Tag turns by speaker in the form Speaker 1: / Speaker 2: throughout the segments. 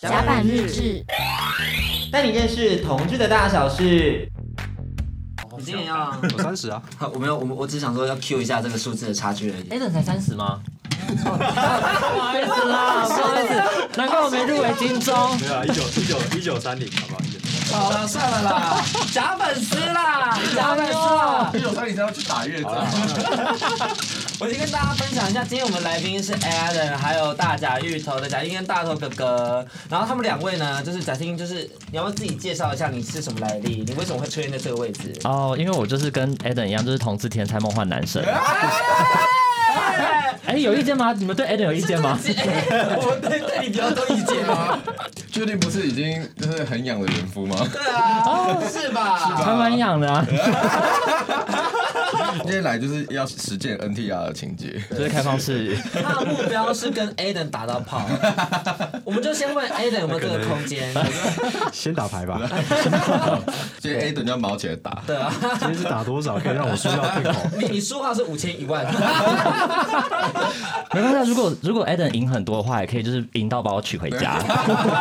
Speaker 1: 甲板日志，
Speaker 2: 带你认识同志的大小事。你今年要？
Speaker 3: 我三十啊，
Speaker 4: 我没有，我我只想说要 Q 一下这个数字的差距而 已。
Speaker 1: a 伦才三十吗？不好意思啦，不好意思，难怪我没入围金钟。
Speaker 3: 没有啊，一九一九一九三零，好不好？一九
Speaker 4: 好了，算了啦，假粉丝啦，假粉丝啦。
Speaker 5: 一九三零三要去打月仗，
Speaker 4: 我先跟大家分享一下，今天我们来宾是 Alan，还有大甲芋头的贾欣跟大头哥哥。然后他们两位呢，就是贾欣，就是你要不要自己介绍一下你是什么来历，你为什么会出现在这个位置？
Speaker 1: 哦，因为我就是跟 Eden 一样，就是同志天才梦幻男神。啊 哎，有意见吗？你们对 Eden 有意见 吗？
Speaker 4: 我们对对你比较多意见吗？
Speaker 5: 确定不是已经就是很痒的人 夫吗？
Speaker 4: 对啊，是吧？
Speaker 1: 还蛮痒的啊，
Speaker 5: 今天来就是要实践 NTR 的情节，
Speaker 1: 就是开放式。
Speaker 4: 他的目标是跟 Aden 打到炮，我们就先问 Aden 有没有这个空间。
Speaker 3: 先打 牌吧，
Speaker 5: 今天 A 等就要毛起来打，
Speaker 4: 对啊，
Speaker 3: 今天是打多少可以让我输到退口？
Speaker 4: 你你输号是五千一 万，
Speaker 1: 没关系啊，如果如果 Eden 赢很多的话，也可以就是赢到把我娶回 家。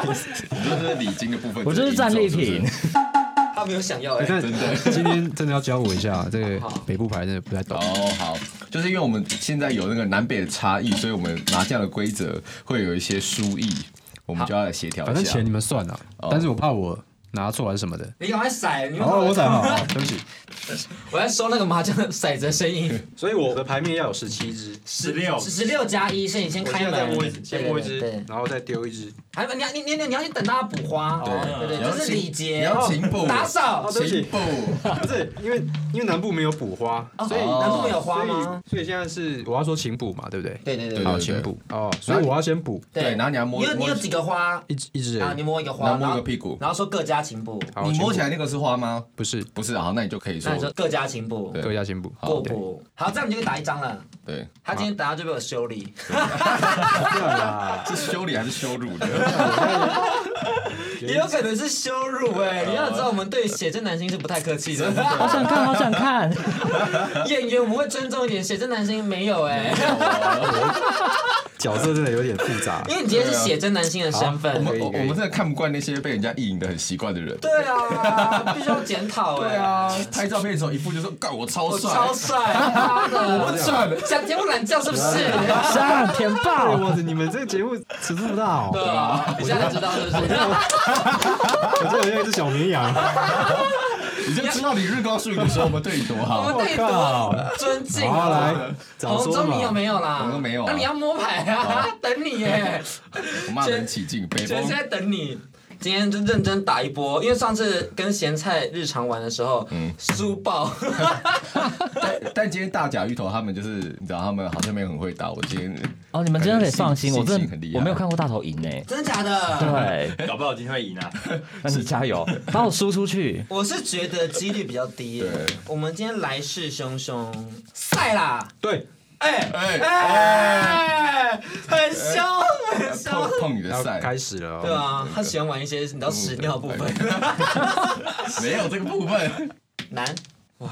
Speaker 5: 你 就是礼金的部分。
Speaker 1: 我就是战利
Speaker 5: 是不
Speaker 1: 品
Speaker 5: 是。，
Speaker 4: 他没有想要哎、
Speaker 3: 但今天真的要教我一下，这个北部牌真的不太懂。
Speaker 5: 哦，好，就是因为我们现在有那个南北的差异，所以我们麻将的规则会有一些疏议，我们就要来协调
Speaker 3: 反
Speaker 5: 一
Speaker 3: 正
Speaker 5: 下
Speaker 3: 钱。你们算了，但是我怕我拿错还是什么的。
Speaker 4: 你赶快甩，你
Speaker 3: 哦，我想好，好对不起。
Speaker 4: 我在收那个麻将的骰子的声音，
Speaker 6: 所以我的牌面要有十七只，十六
Speaker 4: 十六加一，所以你先
Speaker 6: 我
Speaker 4: 开
Speaker 6: 现在
Speaker 4: 门，
Speaker 6: 再摸一只，先摸一
Speaker 4: 对
Speaker 6: 只
Speaker 4: 对对，，
Speaker 6: 然后再丢一只。
Speaker 4: 还有你要你你你要去等大家补花，哦对对
Speaker 5: 你
Speaker 4: 对，
Speaker 5: 要
Speaker 4: 这是
Speaker 5: 请
Speaker 4: 礼
Speaker 5: 你
Speaker 4: 节，
Speaker 5: 要 情报，
Speaker 1: 啊
Speaker 4: 打扫
Speaker 6: 哦，，对不
Speaker 5: 情
Speaker 6: 起，
Speaker 5: 报，
Speaker 6: 不是因为因为南部没有补花，所以
Speaker 4: 南部有哦花
Speaker 6: 所以
Speaker 4: 吗？
Speaker 6: 所以现在是我要说请补嘛，对不对？
Speaker 4: 对对对
Speaker 5: 对
Speaker 6: 好，请补哦，所以我要先补
Speaker 5: 对，然后你要摸
Speaker 4: 你有你
Speaker 5: 摸
Speaker 4: 有几个花
Speaker 6: 一只一只
Speaker 4: 啊？
Speaker 6: 而已
Speaker 4: 你。摸一个花，
Speaker 5: 然后摸
Speaker 4: 然
Speaker 5: 一
Speaker 4: 后
Speaker 5: 个屁股，
Speaker 4: 然后说各家请补，
Speaker 6: 好，
Speaker 5: 你
Speaker 6: 请
Speaker 5: 摸
Speaker 6: 补
Speaker 5: 起来那个是花吗？
Speaker 6: 不是
Speaker 5: 不是，好，那你就可以说
Speaker 4: 那你说各家请补，
Speaker 5: 对
Speaker 6: 各家请补，
Speaker 5: 好
Speaker 4: 过补，好，这样你就可以打一张了。
Speaker 5: 对，
Speaker 4: 他今天等下就被我修理。
Speaker 6: 对啦，
Speaker 5: 是修理还是羞辱的？
Speaker 4: 也有可能是羞辱哎、你要知道，我们对写真男星是不太客气的。
Speaker 1: 好想看，好想看。
Speaker 4: 演员我们会尊重一点，写真男星没有哎、
Speaker 6: 角色真的有点复杂。
Speaker 4: 因为你今天是写真男星的身
Speaker 5: 我
Speaker 4: 份。
Speaker 5: 们
Speaker 6: 可以
Speaker 5: 我我
Speaker 6: 可以
Speaker 5: 们真的看不惯那些被人家意淫的很习惯的人。
Speaker 4: 对啊，必须要检讨哎。
Speaker 5: 对啊，拍照片的时候一副就说“干我超
Speaker 4: 我
Speaker 5: 帅”，
Speaker 4: 超帅，妈的，
Speaker 5: 帅了。
Speaker 4: 想节目懒觉是不是？
Speaker 5: 啊
Speaker 1: 上填
Speaker 6: 哎
Speaker 1: 报，
Speaker 6: 我的，你们这个节目尺度不大哦，
Speaker 4: 对啊，你现在知道是不是？
Speaker 6: 我这里有一只小绵羊，
Speaker 5: 你就知道你日光树影的时候，我们对你多
Speaker 4: 我
Speaker 5: 好。
Speaker 4: 们对你多尊敬
Speaker 6: 好
Speaker 4: 啊！
Speaker 6: 来，早
Speaker 4: 红
Speaker 6: 说
Speaker 4: 中你有
Speaker 6: 嘛，
Speaker 4: 没有啦？
Speaker 5: 红中没有啊
Speaker 4: 那你要摸牌啊，等你耶。
Speaker 5: 我骂人起劲， 北
Speaker 4: 就是
Speaker 5: 风
Speaker 4: 在等你。今天就认真打一波，因为上次跟咸菜日常玩的时候，
Speaker 5: 嗯
Speaker 4: 输 爆。
Speaker 5: 但但今天大甲芋头他们就是，你知道他们好像没有很会打。我今天
Speaker 1: 哦，你们真的得放心，
Speaker 5: 信
Speaker 1: 我真
Speaker 5: 信心很厉
Speaker 1: 的
Speaker 5: 害
Speaker 1: 我没有看过大头赢诶。
Speaker 4: 真的假的？
Speaker 1: 对，
Speaker 7: 搞不好今天会赢啊！
Speaker 1: 那 你加油，把我输出去。
Speaker 4: 我是觉得几率比较低耶。
Speaker 5: 对
Speaker 4: 我们今天来势汹汹，赛啦！
Speaker 6: 对，
Speaker 4: 哎
Speaker 5: 哎
Speaker 4: 哎，很凶很
Speaker 5: 碰
Speaker 4: 凶。
Speaker 5: 碰你的
Speaker 6: 要
Speaker 5: 赛，
Speaker 6: 开始了哦。
Speaker 4: 对啊，他喜欢玩一些你知道屎尿部分，
Speaker 5: 没有这个部分。
Speaker 4: 难哇。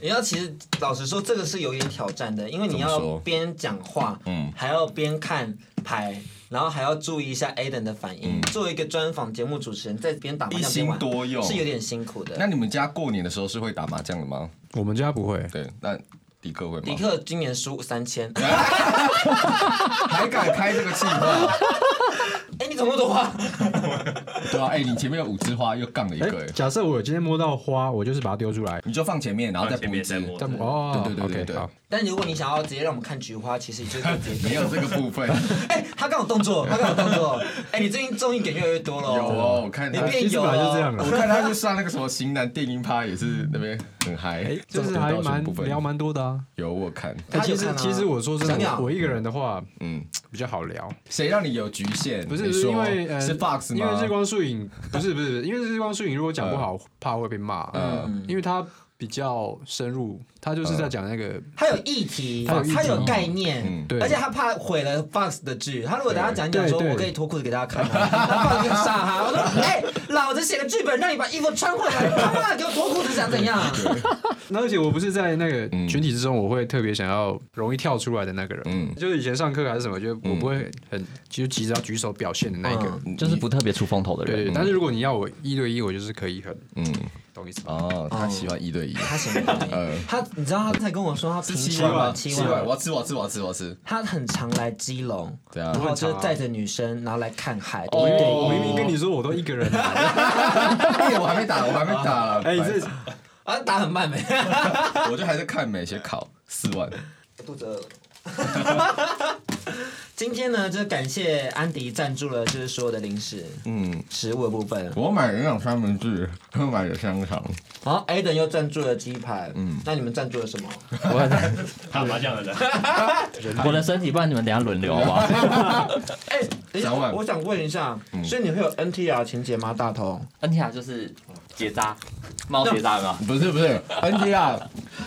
Speaker 4: 你哎要其实老实说，这个是有点挑战的，因为你
Speaker 5: 怎
Speaker 4: 要
Speaker 5: 么说
Speaker 4: 边讲话，
Speaker 5: 嗯，
Speaker 4: 还要边看牌，然后还要注意一下 Aden 的反应。作为一个专访节目主持人，在边打麻
Speaker 5: 一
Speaker 4: 将边
Speaker 5: 心
Speaker 4: 玩
Speaker 5: 多用
Speaker 4: 是有点辛苦
Speaker 5: 那
Speaker 4: 的。
Speaker 5: 你们家过年的时候是会打麻将的吗？
Speaker 6: 我们家不会，
Speaker 5: 对，那迪克会
Speaker 4: 迪
Speaker 5: 吗？
Speaker 4: 克今年输三千，
Speaker 5: 还敢开这个气话？
Speaker 4: 哎，你怎么懂啊？
Speaker 5: 对啊，哎，你前面有五枝花，又杠了一
Speaker 6: 哎、
Speaker 5: 个，哎
Speaker 6: 假设我今天摸到花，我就是把它丢出来。
Speaker 5: 你就放前面，然后再
Speaker 7: 前
Speaker 5: 补一
Speaker 7: 面
Speaker 5: 枝
Speaker 7: 再。摸
Speaker 6: 但哦，
Speaker 5: 对对对对
Speaker 6: o k
Speaker 5: 对
Speaker 6: 好，
Speaker 4: 但如果你想要直接让我们看菊花，其实你就可以直接
Speaker 5: 没有这个部分，
Speaker 4: 哎，他刚有动作，他刚有动作。哎，你最近综艺梗越来越多了。
Speaker 5: 有哦，我看
Speaker 4: 你
Speaker 5: 他
Speaker 4: 变
Speaker 6: 其实
Speaker 4: 有
Speaker 6: 本来就这样
Speaker 5: 我
Speaker 6: 了，
Speaker 5: 看他去上那个什么型男电音趴，也是那边很嗨、
Speaker 6: 哎、
Speaker 5: 这
Speaker 6: 就
Speaker 5: 种
Speaker 6: 是
Speaker 5: 得
Speaker 6: 还
Speaker 5: 到什么
Speaker 6: 蛮
Speaker 5: 部分
Speaker 6: 聊蛮多的啊。
Speaker 5: 有我看，
Speaker 6: 哎
Speaker 4: 他
Speaker 6: 其
Speaker 4: 有
Speaker 6: 实
Speaker 4: 看啊
Speaker 6: 其实我说真
Speaker 4: 怎么
Speaker 6: 的，
Speaker 4: 样
Speaker 6: 我一个人的话
Speaker 5: 嗯，
Speaker 6: 比较好聊，
Speaker 5: 谁让你有局限？
Speaker 6: 不是
Speaker 5: 你
Speaker 6: 不是
Speaker 5: 说
Speaker 6: 因为呃，
Speaker 5: 是 Fox
Speaker 6: 因
Speaker 5: 吗？
Speaker 6: 为日光树影不是不是，因为日光树影如果讲不好，怕会被骂，
Speaker 5: 嗯
Speaker 6: 因为他。
Speaker 3: 比较深入，他就是在讲那个
Speaker 4: 他有议题，
Speaker 3: 他有议题
Speaker 4: 他有概念
Speaker 5: 嗯，
Speaker 3: 对
Speaker 4: 而且他怕毁了 Fox 的剧。他如果等他讲一讲
Speaker 3: 对
Speaker 4: 说，
Speaker 3: 对
Speaker 4: 我可以脱裤子给大家看吗，那 Fox 就杀他。我说，哎，老子写的剧本让你把衣服穿回来，他妈的给我脱裤子想怎样？
Speaker 3: 那而且我不是在那个
Speaker 5: 嗯
Speaker 3: 群体之中，我会特别想要容易跳出来的那个人。
Speaker 5: 嗯
Speaker 3: 就是以前上课还是什么，就我不会很就急着要举手表现的那一个。
Speaker 1: 就是不特别出风头的
Speaker 3: 对对
Speaker 1: 人。
Speaker 3: 对，但是如果你要我一对一，我就是可以很
Speaker 5: 嗯，
Speaker 3: 懂意思吧？
Speaker 5: 哦，他喜欢一对一，
Speaker 4: 他什么？
Speaker 5: 呃，
Speaker 4: 他你知道他才跟我说他平
Speaker 5: 七
Speaker 4: 常
Speaker 5: 万，
Speaker 4: 啊
Speaker 5: 七
Speaker 4: 七
Speaker 5: 万，
Speaker 4: 万
Speaker 5: 我，要吃，我要吃，我要吃，我要吃。
Speaker 4: 他很常来基隆，
Speaker 5: 对啊
Speaker 4: 然后就
Speaker 3: 我很常啊
Speaker 4: 带着女生，然后来看海，
Speaker 3: 我
Speaker 4: 对
Speaker 3: 明
Speaker 4: 对
Speaker 3: 我明明跟你说我都一个人了，
Speaker 5: 哎，我还没打，我还没 打。
Speaker 3: 哎， 你这
Speaker 4: 啊打很慢没？
Speaker 5: 我就还在看美学考四万，
Speaker 4: 肚子饿了。今天呢，就是感谢安迪赞助了，就是所有的零食、
Speaker 5: 嗯，
Speaker 4: 食物的部分。
Speaker 5: 我买了两三明治，他买了香肠，
Speaker 4: 然后 Aden 又赞助了鸡排，嗯，那你们赞助了什么？
Speaker 1: 我
Speaker 7: 打麻将的人，
Speaker 1: 我的身体，不然你们等一下轮流好不好？
Speaker 4: 哎、嗯等一下
Speaker 5: 三万
Speaker 4: 我想问一下，所以你会有 NTR 情节吗？大头，
Speaker 1: 恩提亚就是结扎，猫结扎嘛，
Speaker 5: 不是不是 NTR，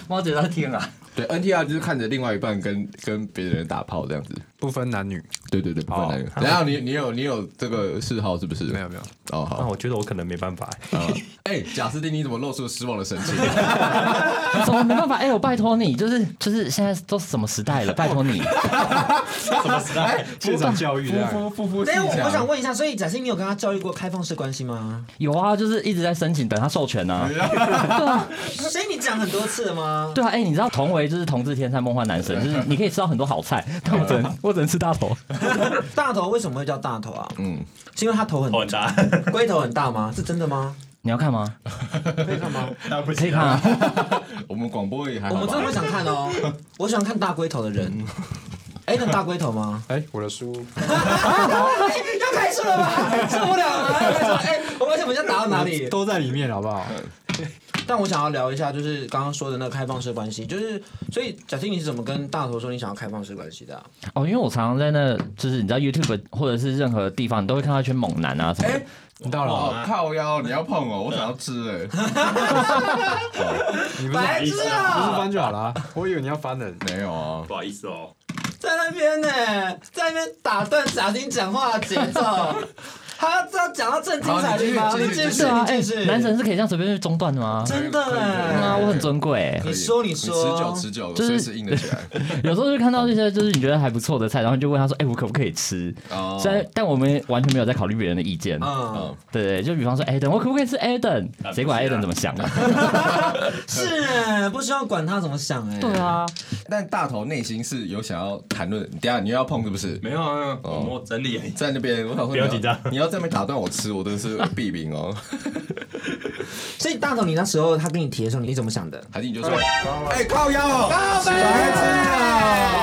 Speaker 1: 猫结扎是天啊，
Speaker 5: 对 NTR 就是看着另外一半跟跟别人打炮这样子。
Speaker 3: 不分男女，
Speaker 5: 对对对，不分男女。然后你你有你有这个嗜好是不是？
Speaker 3: 没有没有，
Speaker 5: 哦好
Speaker 7: 那。我觉得我可能没办法欸。
Speaker 5: 啊哎，贾斯汀，你怎么露出失望的神情？
Speaker 1: 怎么没办法？哎、我拜托你，就是就是现在都什么时代了，拜托你，
Speaker 3: 现场教育这样。
Speaker 5: 夫夫夫
Speaker 4: 但是啊我我想问一下，所以贾欣，你有跟他教育过开放式关系吗？
Speaker 1: 有啊，就是一直在申请，等他授权啊。
Speaker 4: 所以你讲很多次了吗？
Speaker 1: 对啊，哎、你知道同为就是同志天才梦幻男神，就是你可以吃到很多好菜，但我只能我只能吃大头。
Speaker 4: 大头为什么会叫大头啊？
Speaker 5: 嗯，
Speaker 4: 是因为他头很
Speaker 7: 我很大，
Speaker 4: 龟头很大吗？是真的吗？
Speaker 1: 你要看吗？
Speaker 4: 可以看 吗？
Speaker 7: 那不
Speaker 1: 可以
Speaker 7: 行
Speaker 1: 看
Speaker 7: 啊。
Speaker 1: 啊。
Speaker 5: 我们广播也还
Speaker 4: 我
Speaker 5: 好
Speaker 4: 们真的
Speaker 5: 吧
Speaker 4: 会？想看哦，我喜欢看大龟头的人。哎，那大龟头吗？
Speaker 3: 哎，我的书，
Speaker 4: 要哎开始了吧？受不了了！要开始了哎，我们想要打到哪里？
Speaker 3: 都在里面，好不好？
Speaker 4: 但我想要聊一下，就是刚刚说的那个开放式关系，就是所以贾婷，你是怎么跟大头说你想要开放式关系的啊？
Speaker 1: 哦，因为我常常在那，就是你知道 YouTube 或者是任何地方，你都会看到一群猛男啊什么的。
Speaker 3: 你到了，
Speaker 5: 哦，靠腰，你要碰哦，我想要吃哎。
Speaker 3: 你不是
Speaker 4: 白
Speaker 3: 不
Speaker 4: 痴
Speaker 3: 是
Speaker 4: 啊，
Speaker 3: 翻就好了啊，我以为你要翻人。
Speaker 5: 没有啊，
Speaker 7: 不好意思哦，
Speaker 4: 在那边呢，在那边打断贾婷讲话的节 奏。他要要讲到正经才行吗？
Speaker 5: 好
Speaker 4: 你
Speaker 5: 你
Speaker 4: 继
Speaker 5: 继续
Speaker 4: 续，你
Speaker 1: 对
Speaker 5: 继续继续
Speaker 1: 啊，
Speaker 4: 继
Speaker 1: 哎、
Speaker 4: 续。
Speaker 1: 男神是可以这样随便去中断的吗？
Speaker 4: 真的
Speaker 1: 对啊，
Speaker 4: 哎，
Speaker 1: 我很尊贵、哎
Speaker 4: 你说你
Speaker 5: 持
Speaker 4: 说
Speaker 5: 久持久，
Speaker 1: 就是
Speaker 5: 随时硬得起来。
Speaker 1: 有时候就看到这些就是你觉得还不错的菜，然后你就问他说：“哎、我可不可以吃？”
Speaker 5: 哦
Speaker 1: 虽然但我们完全没有在考虑别人的意见。啊
Speaker 4: 嗯，
Speaker 1: 对对，就比方说哎 Aden，我可不可以吃 Aden？
Speaker 7: 啊
Speaker 1: 谁管
Speaker 7: 不行
Speaker 1: Aden
Speaker 7: 啊
Speaker 1: 怎么想的？
Speaker 4: 是哎，不需要管他怎么想哎。
Speaker 1: 对 啊，
Speaker 5: 但大头内心是有想要谈论，等一下你又要碰是不是？哦
Speaker 7: 没有啊，我们我整理而已。
Speaker 5: 在那边，我想说
Speaker 7: 不要紧张
Speaker 5: 你你要在那边打断我吃，我真的是毙命哦。
Speaker 4: 所以大头，你那时候他跟你提的时候，你怎么想的？
Speaker 5: 还是你就说，哎，靠腰哦，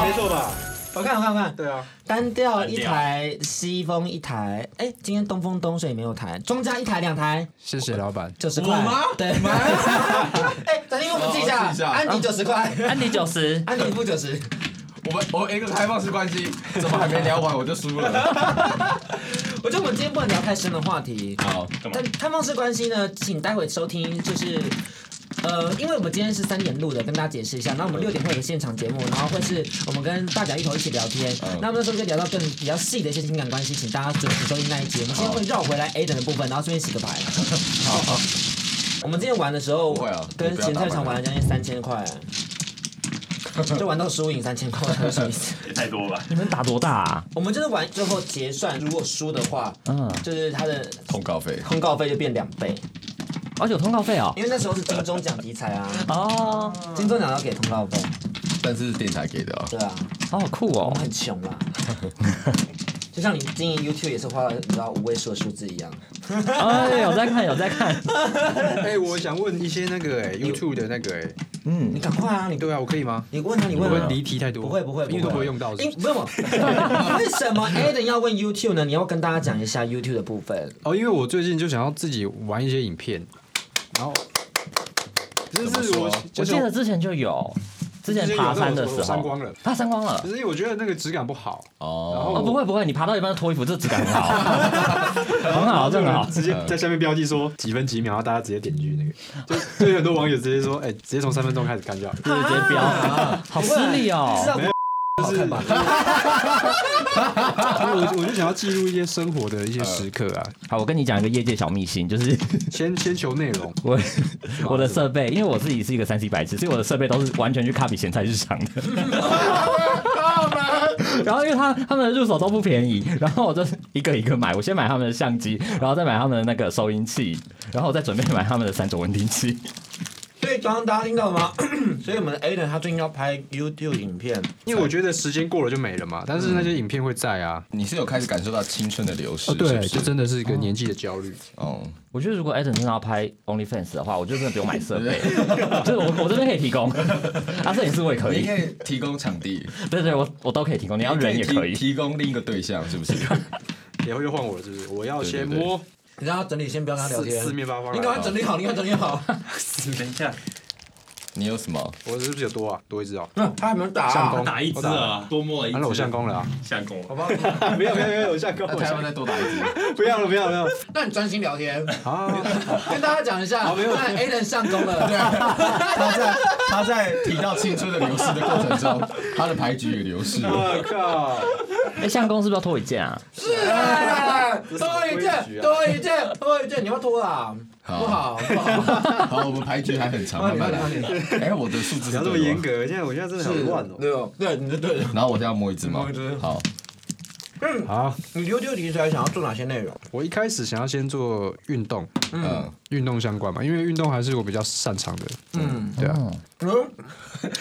Speaker 6: 没错吧？
Speaker 4: 我看，我看，我看，
Speaker 6: 啊对啊，
Speaker 4: 单调一
Speaker 7: 单调
Speaker 4: 台，西风一台，哎，今天东风东水没有台，庄家一台两台，
Speaker 3: 谢谢老板，
Speaker 4: 九十块
Speaker 5: 吗，
Speaker 4: 对， 哎，咱先给我们记一
Speaker 5: 哦记一
Speaker 4: 下，
Speaker 5: 下
Speaker 4: 安迪九十块，
Speaker 1: 安迪九十，
Speaker 4: 安迪付九十，
Speaker 5: 我们我们一个开放式关 系，怎么还没聊完我就输了？
Speaker 4: 我觉得我们今天不能聊太深的话题，
Speaker 5: 好，
Speaker 7: 干嘛
Speaker 4: 但？开放式关系呢，请待会收听，就是。呃，因为我们今天是三点录的，跟大家解释一下。那我们六点会有个现场节目，然后会是我们跟大家一头一起聊天。
Speaker 5: 嗯
Speaker 4: 那我们那时候就聊到更比较细的一些情感关系，请大家准时收听那一集。我们今天会绕回来 A 等的部分，然后顺便洗个牌。
Speaker 5: 好好，
Speaker 4: 我们今天玩的时候，
Speaker 5: 不会啊
Speaker 4: 跟
Speaker 5: 你不要
Speaker 4: 前菜
Speaker 5: 打
Speaker 4: 场
Speaker 5: 扮
Speaker 4: 玩了将近三千块，就玩到输赢三千块， 我什么意思？
Speaker 7: 也太多了吧？
Speaker 1: 你们打多大、啊？
Speaker 4: 我们就是玩最后结算，如果输的话，
Speaker 1: 嗯，
Speaker 4: 就是他的
Speaker 5: 通告费，
Speaker 4: 通告费就变两倍，
Speaker 1: 而且有通告费哦。
Speaker 4: 因为那时候是金钟奖题材啊，
Speaker 1: 哦，
Speaker 4: 金钟奖要给通告费，
Speaker 5: 但是是电台给的哦。
Speaker 4: 对啊，
Speaker 1: 好好酷
Speaker 4: 我
Speaker 1: 哦
Speaker 4: 们！很穷啦。就像你经营 YouTube 也是花了你知道五位数的数字一样，
Speaker 1: 哎，有在看，有在看。
Speaker 3: 哎，我想问一些那个哎 YouTube 的那个哎，
Speaker 1: 嗯
Speaker 4: 你，赶快啊！你
Speaker 3: 对啊，我可以吗？
Speaker 4: 你问他，你
Speaker 3: 会
Speaker 4: 问
Speaker 3: 不会
Speaker 4: 他，
Speaker 3: 离题太多？
Speaker 4: 不会不会
Speaker 3: 因为都
Speaker 4: 不
Speaker 3: 不
Speaker 4: 会
Speaker 3: 会用到。是
Speaker 4: 因
Speaker 3: 不是
Speaker 4: 不用，为什 么 Aden 要问 YouTube 呢？你要跟大家讲一下 YouTube 的部分。
Speaker 3: 哦，因为我最近就想要自己玩一些影片，然后。这
Speaker 5: 怎么
Speaker 3: 是
Speaker 5: 说
Speaker 3: 我，
Speaker 1: 我
Speaker 3: 就是
Speaker 1: 记得之前就有，之前
Speaker 3: 之前有
Speaker 1: 爬山
Speaker 3: 那
Speaker 1: 的
Speaker 3: 种
Speaker 1: 时
Speaker 3: 我删
Speaker 1: 候
Speaker 3: 光了，
Speaker 1: 他删光了
Speaker 3: 只。是我觉得那个质感不好，然
Speaker 5: 哦，
Speaker 3: 后
Speaker 1: 哦，不会不会，你爬到一半脱衣服，这质感很好，很好，
Speaker 3: 就
Speaker 1: 这
Speaker 3: 有
Speaker 1: 很
Speaker 3: 人
Speaker 1: 好。
Speaker 3: 直接在下面标记说几分几秒，然后大家直接点进去那个，就就有很多网友直接说，哎，直接从三分钟开始干掉，
Speaker 1: 就是直接标，
Speaker 4: 啊
Speaker 1: 好失礼哦。
Speaker 3: 就是， 我我就想要记录一些生活的一些时刻啊，
Speaker 1: 好，我跟你讲一个业界小秘辛，就是
Speaker 3: 先先求内容，
Speaker 1: 我我的设备，因为我自己是一个三 C 白痴，所以我的设备都是完全去 copy 咸菜日常 的。然后因为他他们的入手都不便宜，然后我就是一个一个买，我先买他们的相机，然后再买他们的那个收音器，然后我再准备买他们的三轴稳定器。
Speaker 4: 所以刚刚大家听到了吗？ 所以我们的 Aiden 他最近要拍 YouTube 影片，
Speaker 3: 因为我觉得时间过了就没了嘛，但是那些影片会在啊，
Speaker 5: 你是有开始感受到青春的流逝，是不
Speaker 3: 哦就是真的是一个年纪的焦虑，
Speaker 5: 哦，
Speaker 1: 我觉得如果 Adam 真的要拍 OnlyFans 的话，我就真的不用买设备， 就是我我这边可以提供，啊，摄影师我也可
Speaker 5: 你
Speaker 1: 以，
Speaker 5: 可以提供场地，
Speaker 1: 对对，我我都可以提供，你要人也可以
Speaker 5: 提。提供另一个对象，是不 是？
Speaker 3: 以后又换我了，是不是？我要先
Speaker 5: 对对对
Speaker 3: 摸
Speaker 4: 你让他整理，先不要跟他聊
Speaker 3: 四
Speaker 4: 天。
Speaker 3: 四面八方
Speaker 4: 你赶
Speaker 3: 来
Speaker 4: 快
Speaker 3: 啊，
Speaker 4: 整理好，你赶快整理好。
Speaker 7: 等一下，
Speaker 5: 你有什么？
Speaker 3: 我是不是有多 啊？多一只哦，
Speaker 4: 嗯他还没有打、
Speaker 3: 相
Speaker 4: 啊，
Speaker 3: 公
Speaker 7: 打一只啊，多摸了一只，
Speaker 3: 安了我相公了啊，
Speaker 7: 相公
Speaker 4: 好
Speaker 7: 了，
Speaker 4: 吧？
Speaker 3: 没有没有没有我相公
Speaker 5: 那台湾再多打一只，
Speaker 3: 不要了不要了
Speaker 4: 那你专心聊天，
Speaker 3: 不要啊！
Speaker 4: 跟大家讲一下，那 Aiden 上钩了，对啊，
Speaker 5: 他在他在提到青春的流逝的过程中，他的牌局也流逝了。
Speaker 3: 我啊靠，
Speaker 1: 哎，相公是不是要脱一件啊？
Speaker 4: 是啊，多一件，多一件，多一件，你要脱啊，不好，不好，
Speaker 5: 好，我们牌局还很长，慢慢来。哎，我的数字
Speaker 3: 不
Speaker 5: 是
Speaker 3: 要这么
Speaker 5: 对的
Speaker 3: 严
Speaker 5: 吗。
Speaker 3: 格，现在我现在真的好乱哦。
Speaker 4: 对哦，对，你是对的。
Speaker 5: 然后我现在要摸一只吗
Speaker 4: 摸一只？
Speaker 5: 好，
Speaker 3: 好，
Speaker 4: 你 YouTube 题材想要做哪些内容？
Speaker 3: 我一开始想要先做运动，呃
Speaker 5: 嗯，
Speaker 3: 运动相关嘛，因为运动还是我比较擅长的。
Speaker 4: 嗯，
Speaker 3: 对啊，
Speaker 4: 嗯，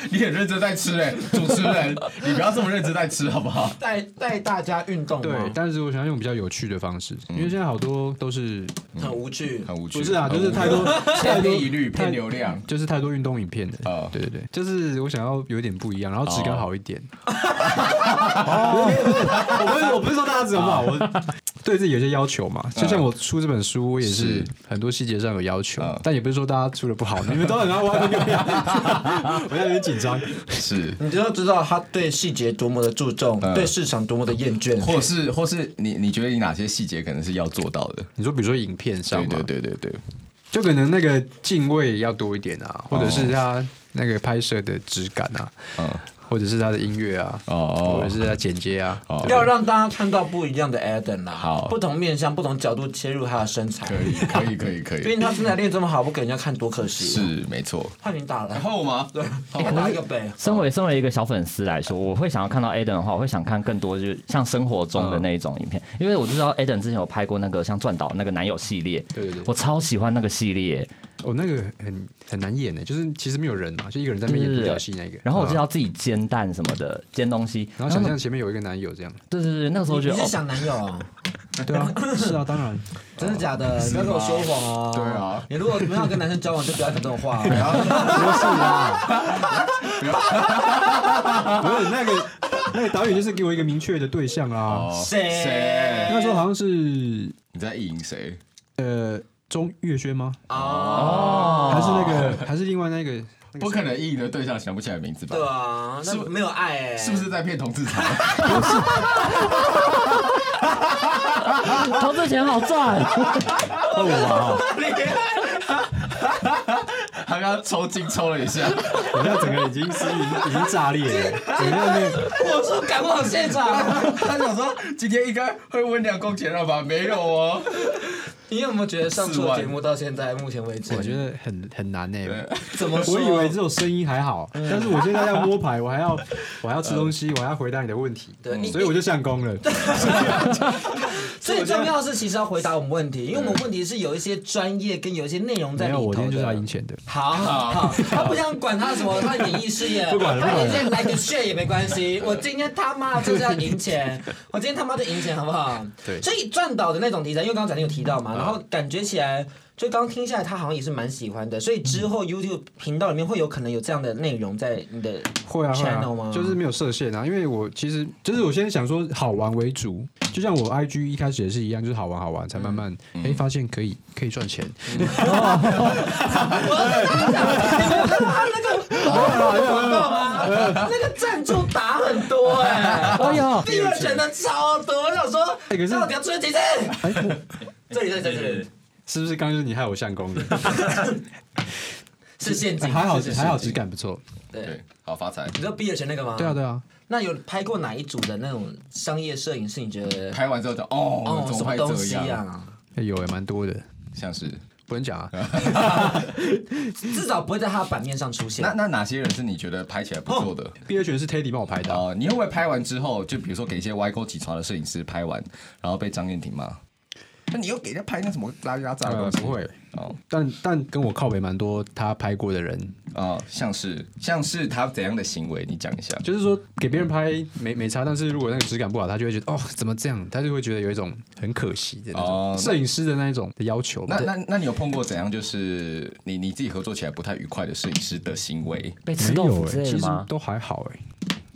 Speaker 5: 你很认真在吃哎，主持人，你不要这么认真在吃好不好？
Speaker 4: 带带大家运动
Speaker 3: 对
Speaker 4: 吗，？
Speaker 3: 但是我想用比较有趣的方式，因为现在好多都是
Speaker 4: 很无趣，
Speaker 5: 很无趣。
Speaker 3: 不是啊，就是太多
Speaker 5: 千篇一律，骗流量。
Speaker 3: 就是太多运动影片的。
Speaker 5: 哦
Speaker 3: 对对对，就是我想要有点不一样，然后质感好一点。哦我不是我不是说大家质感不好，我啊 对自己有些要求嘛。就像我出这本书，我也是啊
Speaker 5: 是
Speaker 3: 很多细节上有要求
Speaker 5: 嗯，
Speaker 3: 但也不是说大家出的不 好，你们都很爱挖坑给我压我现在有点紧张。
Speaker 5: 是，
Speaker 4: 你就要知道他对细节多么的注重，
Speaker 5: 嗯
Speaker 4: 对市场多么的厌倦。
Speaker 5: 或是或是你你觉得你哪些细节可能是要做到的？
Speaker 3: 你说比如说影片上
Speaker 5: 对
Speaker 3: 嘛，
Speaker 5: 对对对对，
Speaker 3: 就可能那个敬畏要多一点啊，或者是他那个拍摄的质感啊，
Speaker 5: 嗯，
Speaker 3: 或者是他的音乐啊，或
Speaker 5: 哦
Speaker 3: 者，是他剪接啊，
Speaker 5: 哦
Speaker 4: 要让大家看到不一样的 Adam 啦，
Speaker 5: 好
Speaker 4: 不同面向、不同角度切入他的身材
Speaker 5: 可。以可以可以可
Speaker 4: 毕
Speaker 5: 以，
Speaker 4: 竟他身材练这么好，不给人家看多可惜。
Speaker 5: 是，没错。
Speaker 4: 换你打了，
Speaker 5: 后吗？对，
Speaker 4: 你打一个啊北。
Speaker 1: 身为身为一个小粉丝来说，我会想要看到 Aden 的话，我会想看更多就是像生活中的那一种影片，
Speaker 3: 嗯
Speaker 1: 因为我就知道 Aden 之前有拍过那个像转岛那个男友系列，
Speaker 3: 对对对
Speaker 1: 我超喜欢那个系列。
Speaker 3: 哦，那个很很难演的，就是其实没有人嘛，就一个人在那边演独角戏那个。
Speaker 1: 然后我就
Speaker 3: 啊，
Speaker 1: 要自己煎蛋什么的，煎东西。
Speaker 3: 然后想象前面有一个男友这样。
Speaker 1: 对对对，那个时候
Speaker 4: 你
Speaker 1: 觉
Speaker 4: 是
Speaker 1: 得哦，
Speaker 4: 想男友啊？
Speaker 3: 对啊，是啊，当然。
Speaker 4: 真的假的？你不要跟我说谎哦。
Speaker 5: 对啊，
Speaker 4: 你如果没有跟男生交往，就不要讲这种话哦。
Speaker 3: 不是那个那个导演就是给我一个明确的对象
Speaker 5: 哦
Speaker 3: 啊。
Speaker 4: 谁
Speaker 5: 谁？
Speaker 3: 那时候好像是
Speaker 5: 你在意淫谁？
Speaker 3: 呃钟岳轩吗？
Speaker 1: 哦
Speaker 3: 还是那个还是另外那个？
Speaker 5: 不可能，意淫的对象想不起来名字吧？
Speaker 4: 对啊，那
Speaker 5: 是不
Speaker 4: 没有爱哎，
Speaker 5: 是不是在骗同志场？
Speaker 1: 投资钱好赚，
Speaker 5: 他刚刚抽筋抽了一下，
Speaker 3: 我现在整个已经是已经炸裂了，整个那个
Speaker 4: 我说赶不好现场。啊
Speaker 5: 他想说今天应该会温两公钱了吧？没有哦，
Speaker 4: 你有没有觉得上
Speaker 5: 四
Speaker 4: 错
Speaker 5: 万
Speaker 4: 节目到现在目前为止，
Speaker 3: 我觉得很很难呢、欸
Speaker 4: 怎么说？嗯
Speaker 3: 我以为只有声音还好，但是我现在要摸牌，我还 要我还要吃东西，我还要回答你的问题，
Speaker 4: 对
Speaker 3: 嗯
Speaker 4: 你
Speaker 3: 所以我就上工了。
Speaker 4: 最重要的是，其实要回答我们问题，因为我们问题是有一些专业跟有一些内容在
Speaker 3: 没
Speaker 4: 里头
Speaker 3: 有，我今
Speaker 4: 的。
Speaker 3: 天就是要赢钱的。
Speaker 4: 好好好，他不想管他什么，他的演艺事业，不管他演来个血也没关系。我今天他妈就是要赢钱，我今天他妈就赢钱，好不好？
Speaker 3: 对
Speaker 4: 所以赚到的那种题材，因为刚刚展天有提到嘛，然后感觉起来，就刚听下来，他好像也是蛮喜欢的。所以之后 YouTube 频道里面会有可能有这样的内容在你的
Speaker 3: 会啊会
Speaker 4: channel 吗
Speaker 3: 啊，就是没有设限啊，因为我其实就是我先想说好玩为主，就像我 IG 一开始也是一样，就是好玩好玩，才慢慢
Speaker 4: 嗯
Speaker 3: 哎、发现可以可以赚钱。
Speaker 4: 我要跟他讲，你们有看到他那个广告吗？那个赞助打很多哎、
Speaker 1: 哎呦
Speaker 4: 第二卷的超多，我想说，
Speaker 3: 哎可是
Speaker 4: 到底要追几次？
Speaker 3: 哎，我
Speaker 4: 这里这里这里这里
Speaker 3: 是不是刚刚就是你害我相公 的？
Speaker 4: 是陷阱，
Speaker 3: 还好
Speaker 4: 是是
Speaker 3: 还好质感不错。
Speaker 4: 对
Speaker 5: 对，，好发财。
Speaker 4: 你知道毕业前那个吗？
Speaker 3: 对啊对啊，
Speaker 4: 那有拍过哪一组的那种商业摄影是你觉得
Speaker 5: 拍完之后就哦
Speaker 4: 哦，
Speaker 5: 怎
Speaker 4: 什
Speaker 5: 么
Speaker 4: 么
Speaker 5: 会
Speaker 4: 东
Speaker 5: 这
Speaker 4: 西
Speaker 5: 样？
Speaker 4: 啊？
Speaker 3: 哎有也蛮多的，
Speaker 5: 像是
Speaker 3: 不能讲啊。
Speaker 4: 嗯至少不会在他的版面上出现
Speaker 5: 那。那哪些人是你觉得拍起来不错的？
Speaker 3: 毕业选是 Teddy 帮我拍的啊，
Speaker 5: 哦，你会不会拍完之后，就比如说给一些歪钩起床的摄影师拍完，然后被张燕婷骂？那你又给人家拍那什么拉拉杂的
Speaker 3: 呃
Speaker 5: 东西？
Speaker 3: 不会
Speaker 5: 哦
Speaker 3: 但但跟我靠北蛮多他拍过的人，
Speaker 5: 哦，像是像是他怎样的行为？你讲一下。
Speaker 3: 就是说给别人拍没没差，但是如果那个质感不好，他就会觉得哦怎么这样，他就会觉得有一种很可惜的那
Speaker 5: 哦
Speaker 3: 种摄影师的那一种的要求吧。
Speaker 5: 那那那你有碰过怎样就是你你自己合作起来不太愉快的摄影师的行为？
Speaker 1: 被吃
Speaker 3: 没
Speaker 1: 豆
Speaker 3: 有
Speaker 1: 腐之
Speaker 3: 欸
Speaker 1: 类
Speaker 3: 其
Speaker 1: 的
Speaker 3: 实
Speaker 1: 吗？
Speaker 3: 都还好哎，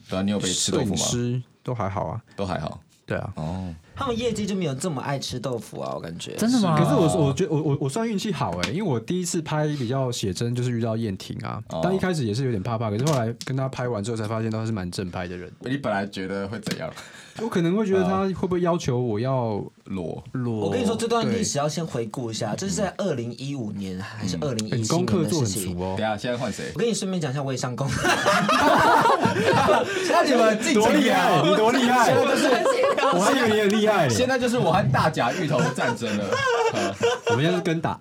Speaker 5: 对啊，你有被吃
Speaker 3: 摄
Speaker 5: 豆腐
Speaker 3: 影
Speaker 5: 吗？
Speaker 3: 师都还好啊，
Speaker 5: 都还好
Speaker 3: 对啊。
Speaker 5: 哦。
Speaker 4: 他们业绩就没有这么爱吃豆腐啊，我感觉。
Speaker 1: 真的吗？
Speaker 3: 可是我我觉得我我我算运气好哎、因为我第一次拍比较写真就是遇到燕婷啊
Speaker 5: 哦，
Speaker 3: 但一开始也是有点怕怕，可是后来跟她拍完之后才发现她是蛮正派的人。
Speaker 5: 你本来觉得会怎样？
Speaker 3: 我可能会觉得她会不会要求我要
Speaker 5: 裸
Speaker 3: 裸？
Speaker 4: 我跟你说，这段历
Speaker 3: 哦对嗯
Speaker 4: 史要先回顾一下，这是在二零一五年还是二零
Speaker 3: 哎
Speaker 4: 一
Speaker 3: 你
Speaker 4: 七
Speaker 3: 功
Speaker 4: 年
Speaker 3: 课
Speaker 4: 的
Speaker 3: 做
Speaker 4: 事
Speaker 3: 很足
Speaker 4: 情。
Speaker 3: 哦
Speaker 5: 等一。下现在换谁
Speaker 4: 我？跟你顺便讲一下，我也上工。
Speaker 5: 那你们自己
Speaker 3: 多厉害，你多厉害！哎 我还以为你很厉害。
Speaker 5: 现在就是我和大甲芋头战争 了。
Speaker 3: 我们现在是跟打，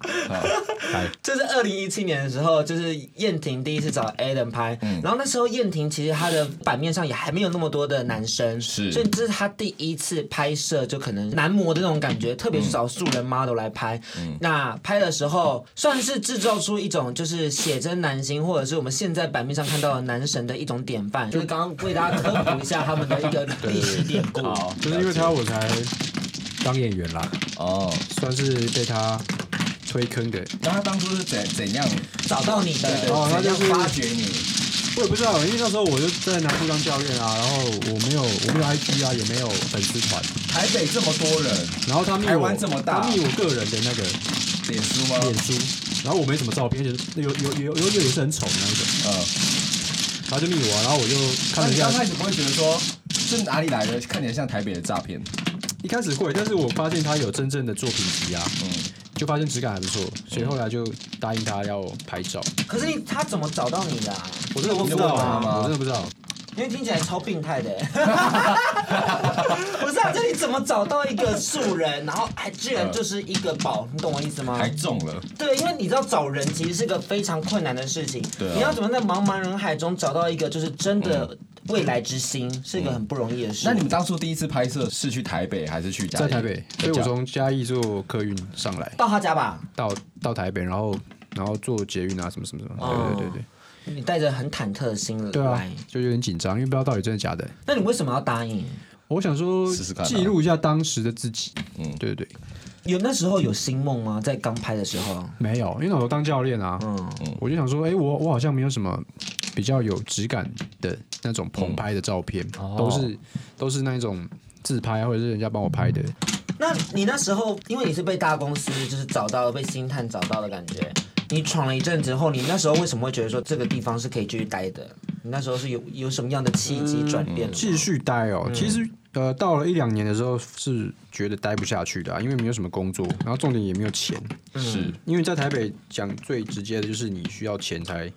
Speaker 4: 就是二零一七年的时候，就是燕婷第一次找 Adam 拍，然后那时候燕婷其实她的版面上也还没有那么多的男生，
Speaker 5: 是
Speaker 4: 所以这是她第一次拍摄，就可能男模的那种感觉，特别是找素人 model 来拍。那拍的时候算是制造出一种就是写真男星，或者是我们现在版面上看到的男神的一种典范，就是刚刚为大家科普一下他们的一个历史典故。
Speaker 5: 好，
Speaker 3: 就是因为她我才当演员啦，
Speaker 5: 哦，
Speaker 3: 算是被她推坑的。
Speaker 5: 那他当初是怎怎样？
Speaker 4: 找到你的，
Speaker 3: 哦他
Speaker 5: 怎
Speaker 3: 就
Speaker 5: 样
Speaker 3: 是
Speaker 5: 发掘你？
Speaker 3: 我也不知道，因为那时候我就在南部当教练啊，然后我没有我没有 IG 啊，也没有粉丝团，
Speaker 5: 台北这么多人，
Speaker 3: 然后他密我
Speaker 5: 台湾这么大
Speaker 3: 他密我个人的那个
Speaker 5: 脸书吗？
Speaker 3: 脸书，然后我没什么照片，就是有有有有有也是很丑的那一种，
Speaker 5: 嗯，
Speaker 3: 然后就密我啊，然后我就
Speaker 5: 那
Speaker 3: 看了一
Speaker 5: 你
Speaker 3: 下
Speaker 5: 刚，开始不会觉得说这哪里来的？看起来像台北的诈骗。
Speaker 3: 一开始会，但是我发现他有真正的作品集啊，
Speaker 5: 嗯，
Speaker 3: 就发现质感还不错，所以后来就答应他要拍照，
Speaker 4: 可是你他怎么找到你的、啊？
Speaker 3: 我真的不知道啊，我真的不知道，
Speaker 4: 因为听起来超病态的、 欸，不是啊？这你怎么找到一个素人，然后还居然就是一个宝，你懂我意思吗
Speaker 5: 还？中
Speaker 3: 啊
Speaker 5: 了。
Speaker 4: 对，因为你知道找人其实是个非常困难的事情，
Speaker 5: 对啊嗯
Speaker 4: 你要怎么在茫茫人海中找到一个就是真的未来之星，是一个很不容易的事。
Speaker 5: 那你们当初第一次拍摄是去台北还是去嘉义
Speaker 3: 在台北，所以我从嘉义坐客运上来
Speaker 4: 到他家吧，
Speaker 3: 到到台北，然后然后坐捷运啊什么什么什么，对对对对。
Speaker 4: 你带着很忐忑的心
Speaker 3: 对啊
Speaker 4: 来，，
Speaker 3: 就有点紧张，因为不知道到底真的假的。
Speaker 4: 那你为什么要答应？
Speaker 3: 我想说
Speaker 5: 试试看啊
Speaker 3: 记录一下当时的自己。
Speaker 5: 嗯
Speaker 3: 嗯，对对对，
Speaker 4: 有那时候有星梦吗？在刚拍的时候，
Speaker 3: 没有，因为那时候当教练啊，
Speaker 4: 嗯，
Speaker 3: 我就想说，哎、我我好像没有什么比较有质感的那种棚拍的照片，
Speaker 1: 哦
Speaker 3: 都是都是那种自拍啊或者是人家帮我拍的。
Speaker 4: 那你那时候，因为你是被大公司就是找到被星探找到的感觉，你闯了一阵之后，你那时候为什么会觉得说这个地方是可以继续待的？你那时候是有有什么样的契机转变了吗？嗯
Speaker 3: 继续待哦，其实呃，到了一两年的时候是觉得待不下去的啊、因为没有什么工作，然后重点也没有钱，
Speaker 4: 嗯
Speaker 5: 是
Speaker 3: 因为在台北讲最直接的就是你需要钱才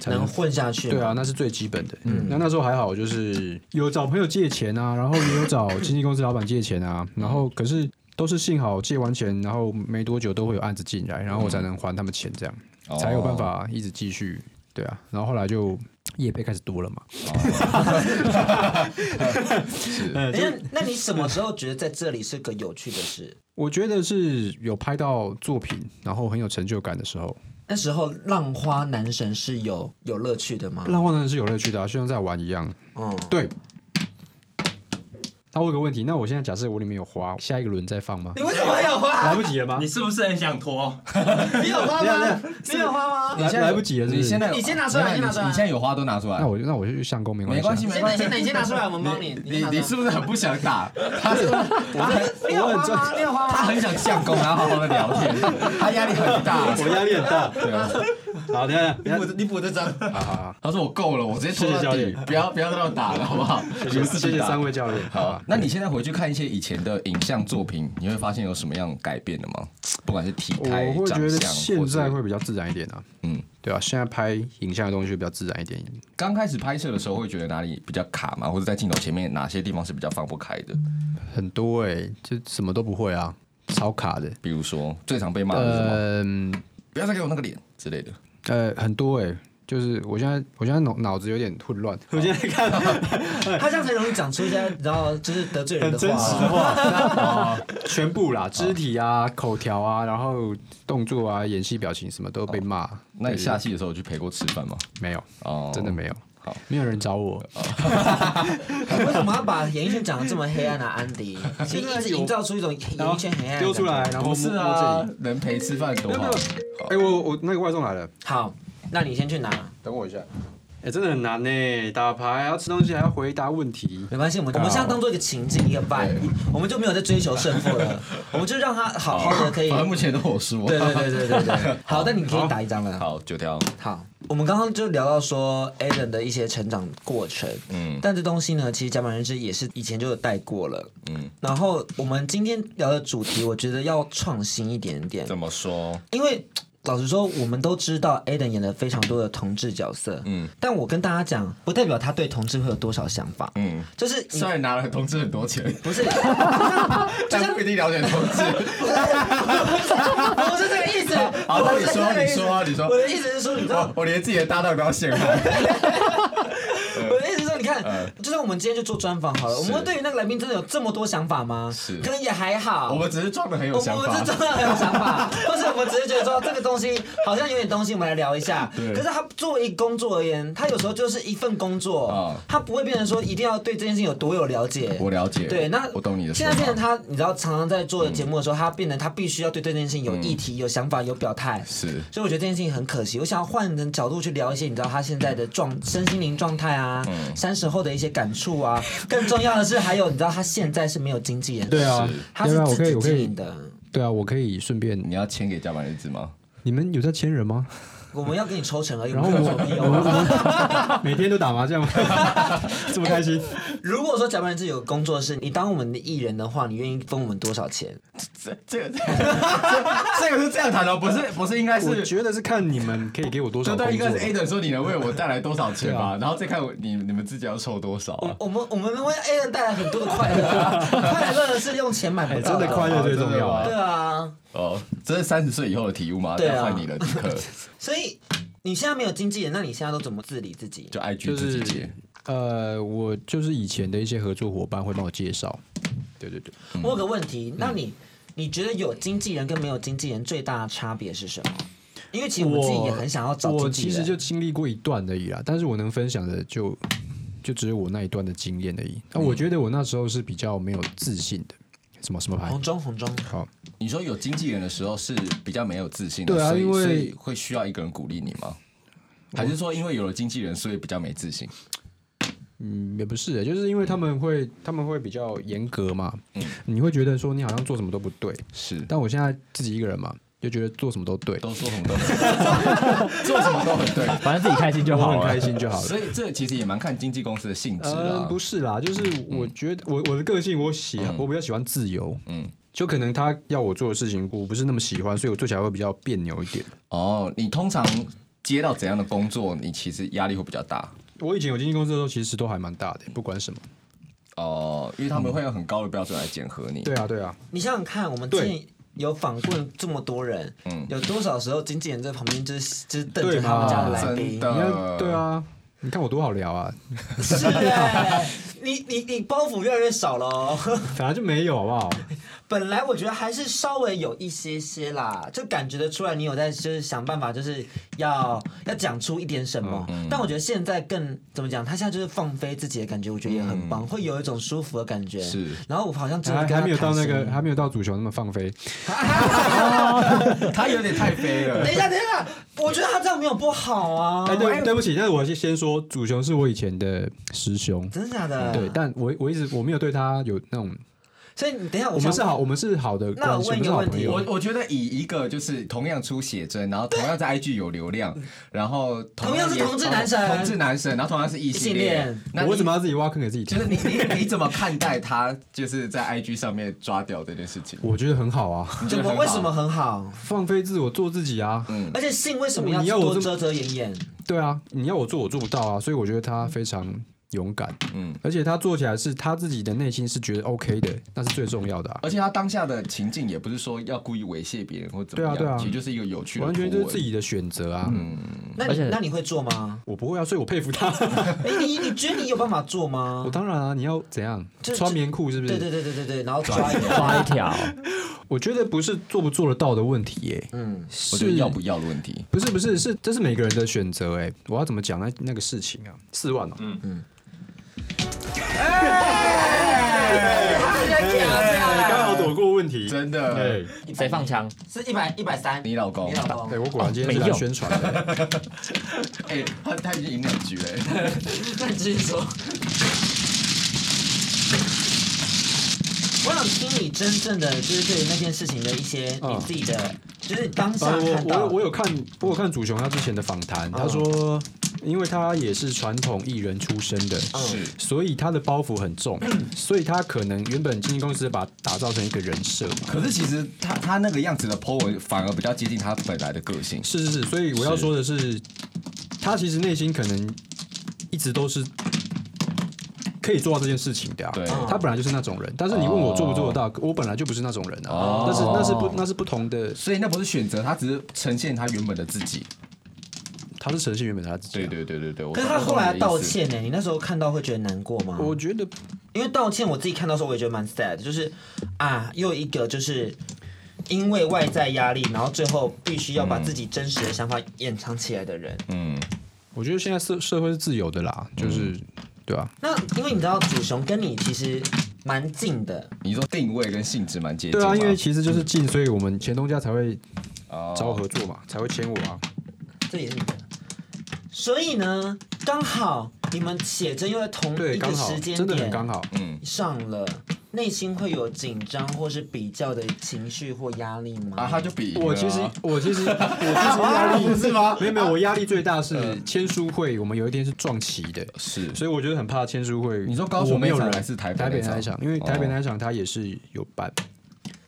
Speaker 3: 才
Speaker 4: 能混下去吗
Speaker 3: 对啊，，那是最基本的。嗯，那那时候还好，就是有找朋友借钱啊，然后也有找经纪公司老板借钱啊，
Speaker 4: 嗯
Speaker 3: 然后可是都是幸好借完钱，然后没多久都会有案子进来，然后我才能还他们钱，这样、
Speaker 4: 哦
Speaker 5: 哦
Speaker 3: 才有办。法一直继续。对啊，然后后来就业配开始多了嘛，
Speaker 4: 那哎那你什么时候觉得在这里是个有趣的事？
Speaker 3: 我觉得是有拍到作品，然后很有成就感的时候，
Speaker 4: 那时候浪花男神是有有乐趣的吗？
Speaker 3: 浪花男是有乐趣的、啊，就像在玩一样。
Speaker 4: 嗯，
Speaker 3: 对。那我有个问题，那我现在假设我里面有花，下一个轮再放吗
Speaker 4: 你？为什么有花？
Speaker 3: 来不及了吗
Speaker 7: 你？是不是很想脱？
Speaker 4: 你有花吗？你有花吗？
Speaker 5: 你现在
Speaker 3: 来不及了是不是
Speaker 5: 你现在
Speaker 4: 你先拿出来
Speaker 5: 没有
Speaker 4: 你先拿出来
Speaker 5: 你现在有花都拿出来
Speaker 3: 那。我就那我就去相公没关系、
Speaker 5: 没
Speaker 3: 啊，
Speaker 5: 关系，
Speaker 4: 你
Speaker 5: 没
Speaker 4: 先拿，先。
Speaker 5: 关系
Speaker 4: 拿，你先拿出来，我们帮你。
Speaker 5: 你
Speaker 4: 拿出
Speaker 5: 你
Speaker 4: 来
Speaker 5: 是不是很不想打？他是
Speaker 4: 你有
Speaker 5: 我
Speaker 4: 花
Speaker 5: 很
Speaker 4: 吗？你有花吗？
Speaker 5: 他很想相公，然后好好的聊天，他压力很大。
Speaker 6: 我压力很大，
Speaker 5: 对啊，
Speaker 3: 好，等一下，
Speaker 5: 你
Speaker 3: 等一
Speaker 5: 补
Speaker 3: 下
Speaker 5: 这你补这 张。
Speaker 3: 好好好，
Speaker 5: 他说我够了，我直接拖
Speaker 3: 谢谢
Speaker 5: 到
Speaker 3: 教
Speaker 5: 底
Speaker 3: 练，
Speaker 5: 不要不要再让我打了，好不好？你
Speaker 3: 谢
Speaker 5: 们
Speaker 3: 谢
Speaker 5: 自
Speaker 3: 谢
Speaker 5: 己
Speaker 3: 谢
Speaker 5: 打
Speaker 3: 三位教练。
Speaker 5: 好，那你现在回去看一些以前的影像作品，你会发现有什么样改变的吗？不管是体
Speaker 3: 我
Speaker 5: 态、
Speaker 3: 会觉
Speaker 5: 长
Speaker 3: 得
Speaker 5: 相，
Speaker 3: 现在
Speaker 5: 或
Speaker 3: 会
Speaker 5: 是
Speaker 3: 比较自然一点啊，
Speaker 5: 嗯，
Speaker 3: 对啊，现在拍影像的东西会比较自然一点。
Speaker 5: 刚开始拍摄的时候会觉得哪里比较卡吗？或者在镜头前面哪些地方是比较放不开的？
Speaker 3: 很多哎、就什么都不会啊，超卡的。
Speaker 5: 比如啊说最常被骂的是什么？
Speaker 3: 嗯
Speaker 5: 不要再给我那个脸之类的。
Speaker 3: 呃，很多哎、就是我现在我现在脑脑子有点混乱，我现在
Speaker 4: 他这样才容易讲出一些你知道就是得罪人的话啊。
Speaker 3: 哦全部啦，肢体啊、口条啊，然后动作啊、演戏、表情什么都被骂。
Speaker 5: 那你
Speaker 3: 对
Speaker 5: 下戏的时候有去陪过吃饭吗？
Speaker 3: 没有？
Speaker 5: 哦，
Speaker 3: 真的没有。
Speaker 5: 好，
Speaker 3: 没有人找我。
Speaker 4: 为什么要把演艺圈讲的这么黑暗呢、啊安迪，其实一直营造出一种演艺圈黑暗的
Speaker 3: 丢出来，
Speaker 4: 感觉。
Speaker 3: 然后
Speaker 5: 不是
Speaker 3: 摸摸这
Speaker 5: 啊
Speaker 3: 里。，
Speaker 5: 能陪吃饭多
Speaker 3: 没有没
Speaker 5: 好
Speaker 3: 有。，哎、我我那个外送来了，
Speaker 4: 好，那你先去拿，
Speaker 5: 等我一下，
Speaker 3: 哎、真的很难呢、打牌还要吃东西，还要回答问题。
Speaker 4: 没关系，我们我们现在当做一个情境，一个 vibe，我们就没有在追求胜负了，我们就让他好好的可以。
Speaker 5: 反正目前都我输。
Speaker 4: 对对对对对对，好，那你可以打一张了。
Speaker 5: 好，九条。
Speaker 4: 好，我们刚刚就聊到说 a l a n 的一些成长过程，
Speaker 5: 嗯
Speaker 4: 但这东西呢，其实甲板人之也是以前就有带过了。
Speaker 5: 嗯，
Speaker 4: 然后我们今天聊的主题，我觉得要创新一点点，
Speaker 5: 怎么说？
Speaker 4: 因为老实说，我们都知道 Aden 演了非常多的同志角色，
Speaker 5: 嗯
Speaker 4: 但我跟大家讲，不代表他对同志会有多少想法，
Speaker 5: 嗯，
Speaker 4: 就是你
Speaker 5: 虽然拿了同志很多钱，
Speaker 4: 不是
Speaker 5: 但不一定了解同志。
Speaker 4: 不是这个意思。
Speaker 5: 好，那
Speaker 4: 我
Speaker 5: 你
Speaker 4: 是这个意
Speaker 5: 说，你
Speaker 4: 思
Speaker 5: 说啊，你说
Speaker 4: 我。的意思是说，你知道
Speaker 5: 哦我，我连自己的搭档都要陷 害。嗯
Speaker 4: 我的意思是说，你看，
Speaker 5: 呃
Speaker 4: 就算我们今天去做专访好了，我们会对于那个来宾真的有这么多想法吗？
Speaker 5: 是
Speaker 4: 可能也还好。
Speaker 5: 我们只是撞的很有
Speaker 4: 哦我们
Speaker 5: 想
Speaker 4: 我们是
Speaker 5: 法。
Speaker 4: 真的很有想 法，或是我们只是觉得说这个东西好像有点东西，我们来聊一下。
Speaker 5: 对
Speaker 4: 可是他作为一工作而言，他有时候就是一份工作
Speaker 5: 啊，
Speaker 4: 他不会变成说一定要对这件事情有多有了解。
Speaker 5: 我了解。
Speaker 4: 对，那
Speaker 5: 我懂你的。
Speaker 4: 现在变成，他，你知道，常常在做节目的时候，他变成他必须要对这件事情有议题、
Speaker 5: 嗯
Speaker 4: 有想法、有表态。
Speaker 5: 是
Speaker 4: 所以我觉得这件事情很可惜。我想要换人角度去聊一些，你知道他现在的状、身心灵状态啊，
Speaker 5: 嗯
Speaker 4: 三十后的一些感触啊。更重要的是，还有你知道他现在是没有经纪人，
Speaker 3: 对啊，
Speaker 4: 他
Speaker 3: 对
Speaker 4: 是
Speaker 3: 啊，我
Speaker 4: 自
Speaker 3: 可以，
Speaker 4: 己
Speaker 3: 我可
Speaker 4: 经
Speaker 3: 以
Speaker 4: 营，的。
Speaker 3: 对啊，我可以顺便。
Speaker 5: 你要签给加班日子吗？
Speaker 3: 你们有在签人吗？
Speaker 4: 我们要给你抽成而已，
Speaker 3: 然后
Speaker 4: 我
Speaker 3: 我
Speaker 4: 们没有必要吧
Speaker 3: 我 每天都打麻将， 这么开心。
Speaker 4: 如果说甲板人自己有工作室，你当我们的艺人的话，你愿意分我们多少钱？
Speaker 5: 这这个 这这个是这样谈的，不是不是应该
Speaker 3: 我
Speaker 5: 是。
Speaker 3: 觉得是看你们可以给我多
Speaker 5: 对
Speaker 3: 少
Speaker 5: 对，
Speaker 3: 工
Speaker 5: 应
Speaker 3: 作
Speaker 5: 该是。A 等说你能为我带来多少钱吧，然后再看我你你们自己要抽多少啊。
Speaker 4: 啊我们我们为 A 人带来很多的快乐、啊，快乐是用钱买不
Speaker 3: 哎，
Speaker 4: 到
Speaker 3: 真
Speaker 4: 的。哦
Speaker 3: 的快乐最重要啊
Speaker 5: 真的吗！
Speaker 4: 对啊，
Speaker 5: 哦，这是三十岁以后的题目吗？
Speaker 4: 对啊
Speaker 5: 再换你了，迪克，
Speaker 4: 所以你现在没有经纪人，那你现在都怎么自理自己？
Speaker 5: 就 IG
Speaker 3: 就
Speaker 5: 自
Speaker 3: 是
Speaker 5: 己接。
Speaker 3: 呃，我就是以前的一些合作伙伴会帮我介绍。对对对，
Speaker 4: 我有个问题，那你你觉得有经纪人跟没有经纪人最大的差别是什么？因为其实我们自己也很想要找
Speaker 3: 我
Speaker 4: 经
Speaker 3: 其
Speaker 4: 纪
Speaker 3: 实
Speaker 4: 人，
Speaker 3: 就经历过一段而已啦，但是我能分享的就就只有我那一段的经验而已。那我觉得我那时候是比较没有自信的，什么什么牌
Speaker 4: 红，中红中，
Speaker 3: 好，
Speaker 5: 你说有经纪人的时候是比较没有自信的，
Speaker 3: 对啊
Speaker 5: 所以
Speaker 3: 因为
Speaker 5: 所以会需要一个人鼓励你吗？还是说因为有了经纪人，所以比较没自信？
Speaker 3: 嗯，也不是欸，就是因为他们会他们会比较严格嘛，你会觉得说你好像做什么都不对，
Speaker 5: 是，
Speaker 3: 但我现在自己一个人嘛，就觉得做什么都对，
Speaker 5: 都说什么都很 做什么都很对，
Speaker 1: 反正自己开心就
Speaker 3: 我
Speaker 1: 好
Speaker 3: 很
Speaker 1: 了
Speaker 3: 开。心就好了。
Speaker 5: 所以这其实也蛮看经纪公司的性质
Speaker 4: 啊
Speaker 3: 呃，
Speaker 5: 啦
Speaker 3: 不。是啦，就是
Speaker 4: 嗯
Speaker 3: 我觉得我我的个性我喜我比较喜欢自由，
Speaker 5: 嗯
Speaker 3: 嗯，就可能他要我做的事情我不是那么喜欢，所以我做起来会比较别扭一点。
Speaker 5: 哦，你通常接到怎样的工作，你其实压力会比较大
Speaker 3: 我以前有经纪公司的时候，其实都还蛮大的，不管什么。
Speaker 5: 哦，因为他们会用很高的标准来检核你。
Speaker 3: 嗯对啊，对啊，
Speaker 4: 你想想看，我们之
Speaker 3: 对
Speaker 4: 前有访问这么多人，
Speaker 5: 嗯
Speaker 4: 有多少时候经纪人在旁边就是就是瞪着
Speaker 3: 对
Speaker 4: 他们
Speaker 3: 嘛
Speaker 4: 家的来
Speaker 5: 真
Speaker 4: 宾？
Speaker 3: 你
Speaker 5: 的，
Speaker 3: 看，啊对，啊，你看我多好聊啊，
Speaker 4: 是哎、 你你你包袱越来越少了哦。
Speaker 3: 反正就没有好不好？
Speaker 4: 本来我觉得还是稍微有一些些啦，就感觉得出来你有在就是想办法，就是要要讲出一点什么。
Speaker 3: 嗯
Speaker 4: 但我觉得现在更怎么讲，他现在就是放飞自己的感觉，我觉得也很
Speaker 3: 嗯
Speaker 4: 棒，会有一种舒服的感觉。
Speaker 5: 是。
Speaker 4: 然后我好像真的
Speaker 3: 还
Speaker 4: 跟他
Speaker 3: 还没有到那
Speaker 4: 谈
Speaker 3: 个，
Speaker 4: 心
Speaker 3: 还没有到足球那么放飞。
Speaker 5: 他有点太飞了
Speaker 4: 等。一下，等一下，我觉得他这样没有不好啊。
Speaker 3: 哎，对，对不起，但是我先先说，祖雄是我以前的师兄，
Speaker 4: 真的假的？啊
Speaker 3: 对，但我我一直我没有对他有那种
Speaker 4: 所以你等一下，
Speaker 3: 我
Speaker 4: 想
Speaker 3: 们是好，我们是好的
Speaker 4: 那
Speaker 3: 关系，
Speaker 4: 我
Speaker 3: 我
Speaker 4: 问一
Speaker 3: 们
Speaker 4: 个
Speaker 3: 是好
Speaker 4: 问
Speaker 3: 朋
Speaker 4: 题
Speaker 5: 我
Speaker 3: 友。
Speaker 5: 我觉得以一个就是同样出写真，然后同 样在 IG 有流量，然后
Speaker 4: 同样是
Speaker 5: 也
Speaker 4: 同志男神
Speaker 5: 同志男神，然后同样是异性
Speaker 4: 异性恋
Speaker 5: 恋，那
Speaker 3: 我为什
Speaker 5: 你
Speaker 3: 么要自己挖坑给自己
Speaker 5: 就
Speaker 3: 跳
Speaker 5: 是？你你你怎么看待他就是在 IG 上面抓掉这件事情？
Speaker 3: 我觉得很好啊，
Speaker 5: 你觉
Speaker 4: 怎
Speaker 5: 得
Speaker 4: 么
Speaker 5: 很好
Speaker 4: 为什么？很好？
Speaker 3: 放飞自我，做自己啊。
Speaker 5: 嗯，
Speaker 4: 而且性为什么
Speaker 3: 你
Speaker 4: 要
Speaker 3: 要我
Speaker 4: 多
Speaker 3: 这么
Speaker 4: 遮遮掩掩？
Speaker 3: 对啊，你要我做，我做不到啊，所以我觉得他非常勇敢，
Speaker 5: 嗯
Speaker 3: 嗯，而且他做起来是他自己的内心是觉得 OK 的，那是最重要的啊，
Speaker 5: 而且他当下的情境也不是说要故意猥亵别人或怎么样，
Speaker 3: 对啊对啊
Speaker 5: 其实就是一个有趣的，
Speaker 3: 完全就是自。己的选择啊，
Speaker 4: 嗯那
Speaker 1: 而
Speaker 4: 你
Speaker 1: 且
Speaker 4: 那你会做吗？
Speaker 3: 我不会啊，所以我佩 服他，
Speaker 4: 哎，你你觉得你有办法做吗
Speaker 3: 我？当然啊，你要怎样
Speaker 4: 这
Speaker 3: 穿棉裤是不是？
Speaker 4: 对对对对对对，然后抓一下。
Speaker 1: 抓一 条，
Speaker 3: 我觉得不是做不做得到的问题耶、
Speaker 4: 嗯，
Speaker 5: 我觉
Speaker 3: 是
Speaker 5: 得要不要的问题，
Speaker 3: 不是不是是这是每个人的选择哎、我要怎么讲那那个事情啊？四万哦、
Speaker 4: 嗯
Speaker 3: 你刚好躲过问题，
Speaker 5: 真的
Speaker 3: 对。
Speaker 1: 谁放枪？
Speaker 4: 是一百一百三，
Speaker 5: 你老公
Speaker 4: 你，老公
Speaker 3: 哎对，我果然今天是
Speaker 1: 没
Speaker 4: 哦
Speaker 3: 来
Speaker 1: 用
Speaker 3: 宣传的，
Speaker 5: 哎，他他已经赢两局了，
Speaker 4: 那你继续说。我想听你真正的，就是对于那件事情的一些
Speaker 3: 嗯
Speaker 4: 你自己的，就是当
Speaker 3: 啊
Speaker 4: 下看
Speaker 3: 我
Speaker 4: 到。
Speaker 3: 我我有看，我有看祖雄他之前的访谈，
Speaker 5: 嗯
Speaker 3: 他说，因为他也是传统艺人出身的，
Speaker 5: 是
Speaker 3: 所以他的包袱很重，
Speaker 5: 嗯
Speaker 3: 所以他可能原本经纪公司把他打造成一个人设嘛。
Speaker 5: 可是其实他他那个样子的 po 文反而比较接近他本来的个性，
Speaker 3: 是是是，所以我要说的是，他其实内心可能一直都是可以做到这件事情的、啊。
Speaker 5: 对嗯
Speaker 3: 他本来就是那种人，但是你问我做不做得到，我本来就不是那种人啊。
Speaker 5: 哦
Speaker 3: 但是那是不那是不同的，
Speaker 5: 所以那不是选择，他只是呈现他原本的自己。
Speaker 3: 他是呈现原本的他自己、啊
Speaker 5: 对。对对对对，我
Speaker 4: 可是他后来道，歉呢，你那时候看到会觉得难过吗？
Speaker 3: 我觉得
Speaker 4: 因为道歉，我自己看到的时候我也觉得蛮 sad，的就是啊，又一个就是因为外在压力，然后最后必须要把自己真实的想法掩藏起来的人。
Speaker 5: 嗯，
Speaker 3: 我觉得现在社社会是自由的啦，就是、对啊吧、
Speaker 4: 那因为你知道，祖雄跟你其实蛮近的，
Speaker 5: 你说定位跟性质蛮接近
Speaker 3: 对
Speaker 5: 吗，
Speaker 3: 啊，因为其实就是近，所以我们前东家才会
Speaker 5: 哦
Speaker 3: 找我合作嘛，才会签我啊。
Speaker 4: 这也是你的。所以呢，刚好你们写真又在同
Speaker 3: 对，
Speaker 4: 一个
Speaker 3: 刚好
Speaker 4: 时，间
Speaker 3: 真的很
Speaker 4: 点
Speaker 3: 刚好。
Speaker 5: 嗯
Speaker 4: 上了，内心会有紧张或是比较的情绪或压力吗？
Speaker 5: 啊，他就比赢了啊
Speaker 3: 我其实我 其实我其实压力不是吗？嗯没有没有，我压力最大是签书会，我们有一天是撞期的，
Speaker 5: 是
Speaker 3: 所以我觉得很怕签书会。
Speaker 5: 你说高雄
Speaker 3: 我没有
Speaker 5: 那一场
Speaker 3: 人
Speaker 5: 还是台北
Speaker 3: 台
Speaker 5: 那一
Speaker 3: 北那一
Speaker 5: 场
Speaker 3: 场？因为台北
Speaker 5: 哦
Speaker 3: 那一场他也是有办，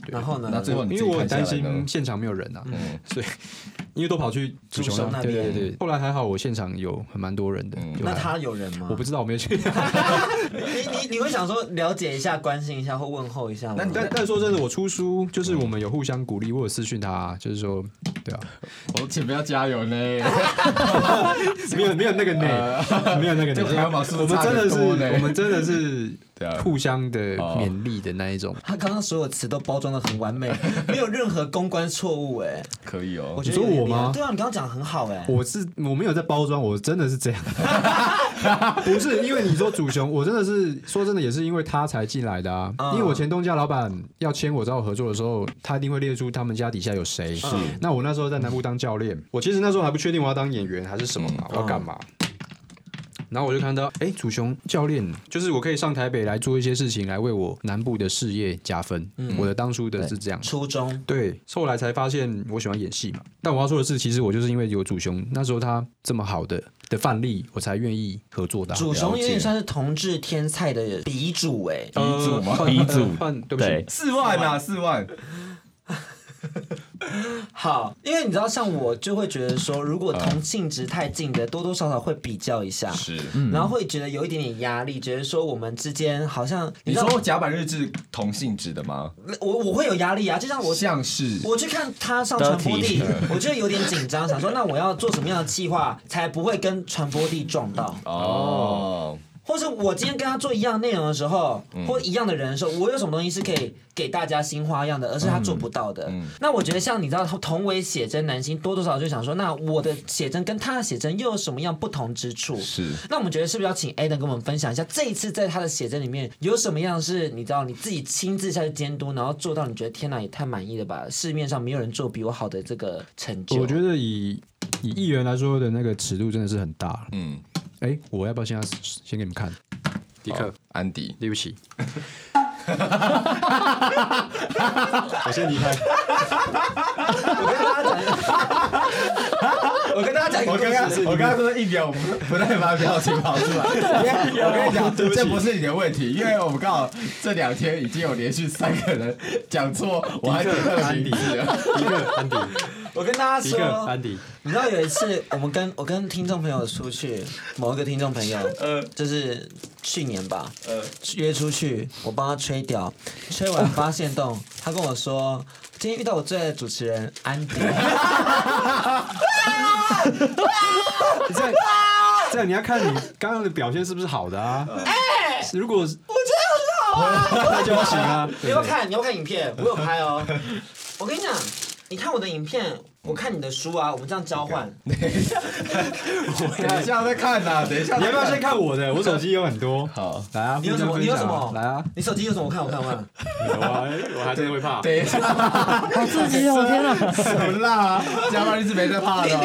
Speaker 4: 然后呢？
Speaker 5: 那最后你
Speaker 3: 因
Speaker 5: 自
Speaker 3: 为
Speaker 5: 己
Speaker 3: 我很
Speaker 5: 看下来嗯
Speaker 3: 担
Speaker 5: 呢
Speaker 3: 心现场没有人啊，所以因为都跑去
Speaker 4: 主
Speaker 3: 主
Speaker 4: 雄
Speaker 3: 雄
Speaker 4: 那
Speaker 3: 对对
Speaker 4: 边
Speaker 3: 对。对后来还好，我现场有很蛮多人的，
Speaker 5: 嗯
Speaker 3: 有
Speaker 4: 那
Speaker 3: 来
Speaker 4: 他有人吗？
Speaker 3: 我不知道，我没去。
Speaker 4: 你你你会想说了解一下、关心一下或问候一下吗？
Speaker 5: 那你
Speaker 3: 但但说真的，我出书
Speaker 5: 嗯
Speaker 3: 就是我们有互相鼓励，我有私讯他啊，就是说，对啊，
Speaker 5: 我请不要加油呢，
Speaker 3: 没有没有那个内，没有那个
Speaker 5: 呃这排行榜
Speaker 3: 内，
Speaker 5: 是不
Speaker 3: 我
Speaker 5: 是
Speaker 3: 们
Speaker 5: 差
Speaker 3: 真的
Speaker 5: 很
Speaker 3: 是，
Speaker 5: 多呢
Speaker 3: 我们真的是
Speaker 5: 对啊
Speaker 3: 互相的
Speaker 5: 哦
Speaker 3: 勉励的那一种。
Speaker 4: 他刚刚所有词都包装的很完 美，没有任何公关错误哎。
Speaker 5: 可以哦
Speaker 4: 我。觉得
Speaker 3: 你说
Speaker 4: 有点
Speaker 3: 我吗
Speaker 4: 厉害对啊，你刚刚讲得很好哎。
Speaker 3: 我是我没有在包装，我真的是这样，不是因为你说主雄，我真的是说真的也是因为他才进来的啊。
Speaker 4: 嗯
Speaker 3: 因为我前东家老板要签我找我合作的时候，他一定会列出他们家底下有谁。是，那我那时候在南部当教练，我其实那时候还不确定我要当演员还是什么嘛，我要干嘛。然后我就看到，哎、祖雄教练，就是我可以上台北来做一些事情，来为我南部的事业加分。我的当初的是这样，
Speaker 4: 初中
Speaker 3: 对，后来才发现我喜欢演戏嘛。但我要说的是，其实我就是因为有祖雄，那时候他这么好的的范例，我才愿意合作的啊、
Speaker 4: 主雄有点像是同志天菜的鼻祖哎。
Speaker 3: 哦
Speaker 5: 鼻祖吗？
Speaker 1: 鼻祖
Speaker 3: 呃换对不
Speaker 1: 对
Speaker 3: 起，
Speaker 5: 四万啊，四万，
Speaker 4: 好，因为你知道，像我就会觉得说，如
Speaker 3: 嗯
Speaker 4: 果同性质太近的，多多少少会比较一下，
Speaker 5: 是。
Speaker 4: 然后会觉得有一点点压力，觉得说我们之间好像
Speaker 5: 你
Speaker 4: 知道
Speaker 5: 说甲板日志同性质的吗？
Speaker 4: 我我会有压力啊，就像我
Speaker 5: 像是
Speaker 4: 我去看他上传播地
Speaker 1: Dirty，
Speaker 4: 我就有点紧张，想说那我要做什么样的计划才不会跟传播地撞到，
Speaker 5: 哦，
Speaker 4: 或是我今天跟他做一样内容的时候，或一样的人的时候，我有什么东西是可以给大家新花样的，而是他做不到的。那我觉得像你知道，同为写真男星，多多少少就想说，那我的写真跟他的写真又有什么样不同之处？
Speaker 5: 是
Speaker 4: 那我们觉得是不是要请 Adam 跟我们分享一下，这一次在他的写真里面有什么样是你知道你自己亲自下去监督，然后做到你觉得天哪也太满意了吧？市面上没有人做比我好的这个成就。
Speaker 3: 我觉得以以艺人来说的那个尺度真的是很大。
Speaker 5: 嗯，
Speaker 3: 哎、我要不要现在先给你们看？迪克，
Speaker 5: 安迪，
Speaker 3: 对不起，
Speaker 6: 我先离开。
Speaker 4: 我跟大
Speaker 3: 哎
Speaker 4: 家讲一个
Speaker 5: 我
Speaker 4: 故
Speaker 5: 刚刚
Speaker 4: 事，
Speaker 5: 我刚刚真的一秒不不带把表情跑出来。我跟你讲，这不是你的问题，因为我们刚好这两天已经有连续三个人讲错，我还记得他的名字了。
Speaker 6: 一个安迪，
Speaker 4: 我跟大家
Speaker 6: 一个
Speaker 4: 说
Speaker 3: 啊
Speaker 6: 安，迪，
Speaker 4: 你知道有一次我们跟我跟听众朋友出去，某一个听众朋友，
Speaker 7: 呃
Speaker 4: 就是去年吧，
Speaker 7: 呃，
Speaker 4: 约出去，我帮他吹屌，吹完发现洞，他跟我说。今天遇到我最爱的主持人安迪，
Speaker 3: 你在这样你要看你刚刚的表现是不是好的啊？
Speaker 4: 哎
Speaker 3: 如果我觉得很好啊，那就不行啊。
Speaker 4: 你
Speaker 3: 对
Speaker 4: 要
Speaker 3: 不
Speaker 4: 不要
Speaker 3: 对
Speaker 4: 看？你要不要看影片？我有拍哦。我跟你讲，你看我的影片，我看你的书啊，我们这样交换。
Speaker 5: 等一下再看呐，等一下
Speaker 3: 你
Speaker 5: 再
Speaker 3: 要不要先看我的？我手机有很多。
Speaker 5: 好，
Speaker 3: 来啊，
Speaker 4: 你有什么
Speaker 3: 互相
Speaker 4: 你有什
Speaker 3: 分享啊
Speaker 4: 么
Speaker 3: 来啊，
Speaker 4: 你手机有什么？我看我看我 看。
Speaker 3: 有啊，我还真的会怕。
Speaker 5: 等一下，
Speaker 1: 好刺激哦！天哪，
Speaker 5: 什么啦？加班一直没在怕的哦。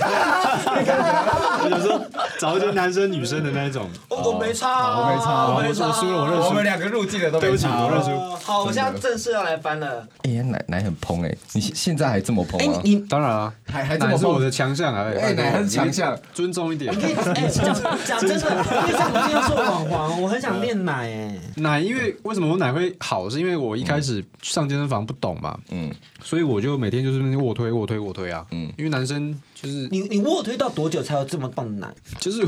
Speaker 4: 啊
Speaker 3: 我 想说找一些男生女生的那一种。哦
Speaker 4: 我我没差
Speaker 5: 好我
Speaker 4: 啊，
Speaker 5: 没差啊
Speaker 4: 我
Speaker 3: 我
Speaker 4: 没差啊。
Speaker 3: 我输了，我认
Speaker 5: 我
Speaker 3: 输
Speaker 5: 们。两个入境的都
Speaker 3: 对
Speaker 5: 没
Speaker 3: 不起，
Speaker 5: 差
Speaker 3: 我认
Speaker 5: 哦。
Speaker 3: 输。
Speaker 4: 好，我
Speaker 5: 真
Speaker 4: 现
Speaker 5: 的
Speaker 4: 在正式要来翻了。哎
Speaker 5: 哎，奶奶很蓬哎，你现现在还这么蓬吗？
Speaker 4: 你
Speaker 3: 当然啊，
Speaker 5: 还还这
Speaker 3: 奶
Speaker 5: 么
Speaker 3: 是我
Speaker 5: 蓬？
Speaker 3: 的嗯强项啊。
Speaker 5: 哎，奶还是强，项。
Speaker 3: 尊重一点。
Speaker 4: 你可以 哎，讲讲真的，因为像我今天做网黄，我很
Speaker 3: 嗯
Speaker 4: 想练奶哎。
Speaker 3: 奶，因为为什么我奶会好，是因为我一开始上健身房不懂嘛，
Speaker 5: 嗯，
Speaker 3: 所以我就每天就是那边卧推、卧推、卧推啊。
Speaker 5: 嗯
Speaker 3: 嗯，因为男生就是
Speaker 4: 你你卧推到多久才有这么棒的奶？
Speaker 3: 就是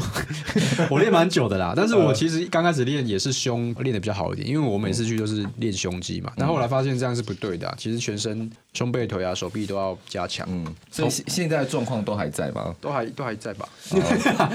Speaker 3: 我 练蛮久的啦，但是我其实刚开始练也是胸练的比较好一点，因为我每次去都是练胸肌嘛，但后来发现这样是不对的啊、其实全身胸背腿啊手臂都要加强，
Speaker 5: 嗯，所以现现在的状况都还在吗？
Speaker 3: 都还都还在 吧？啊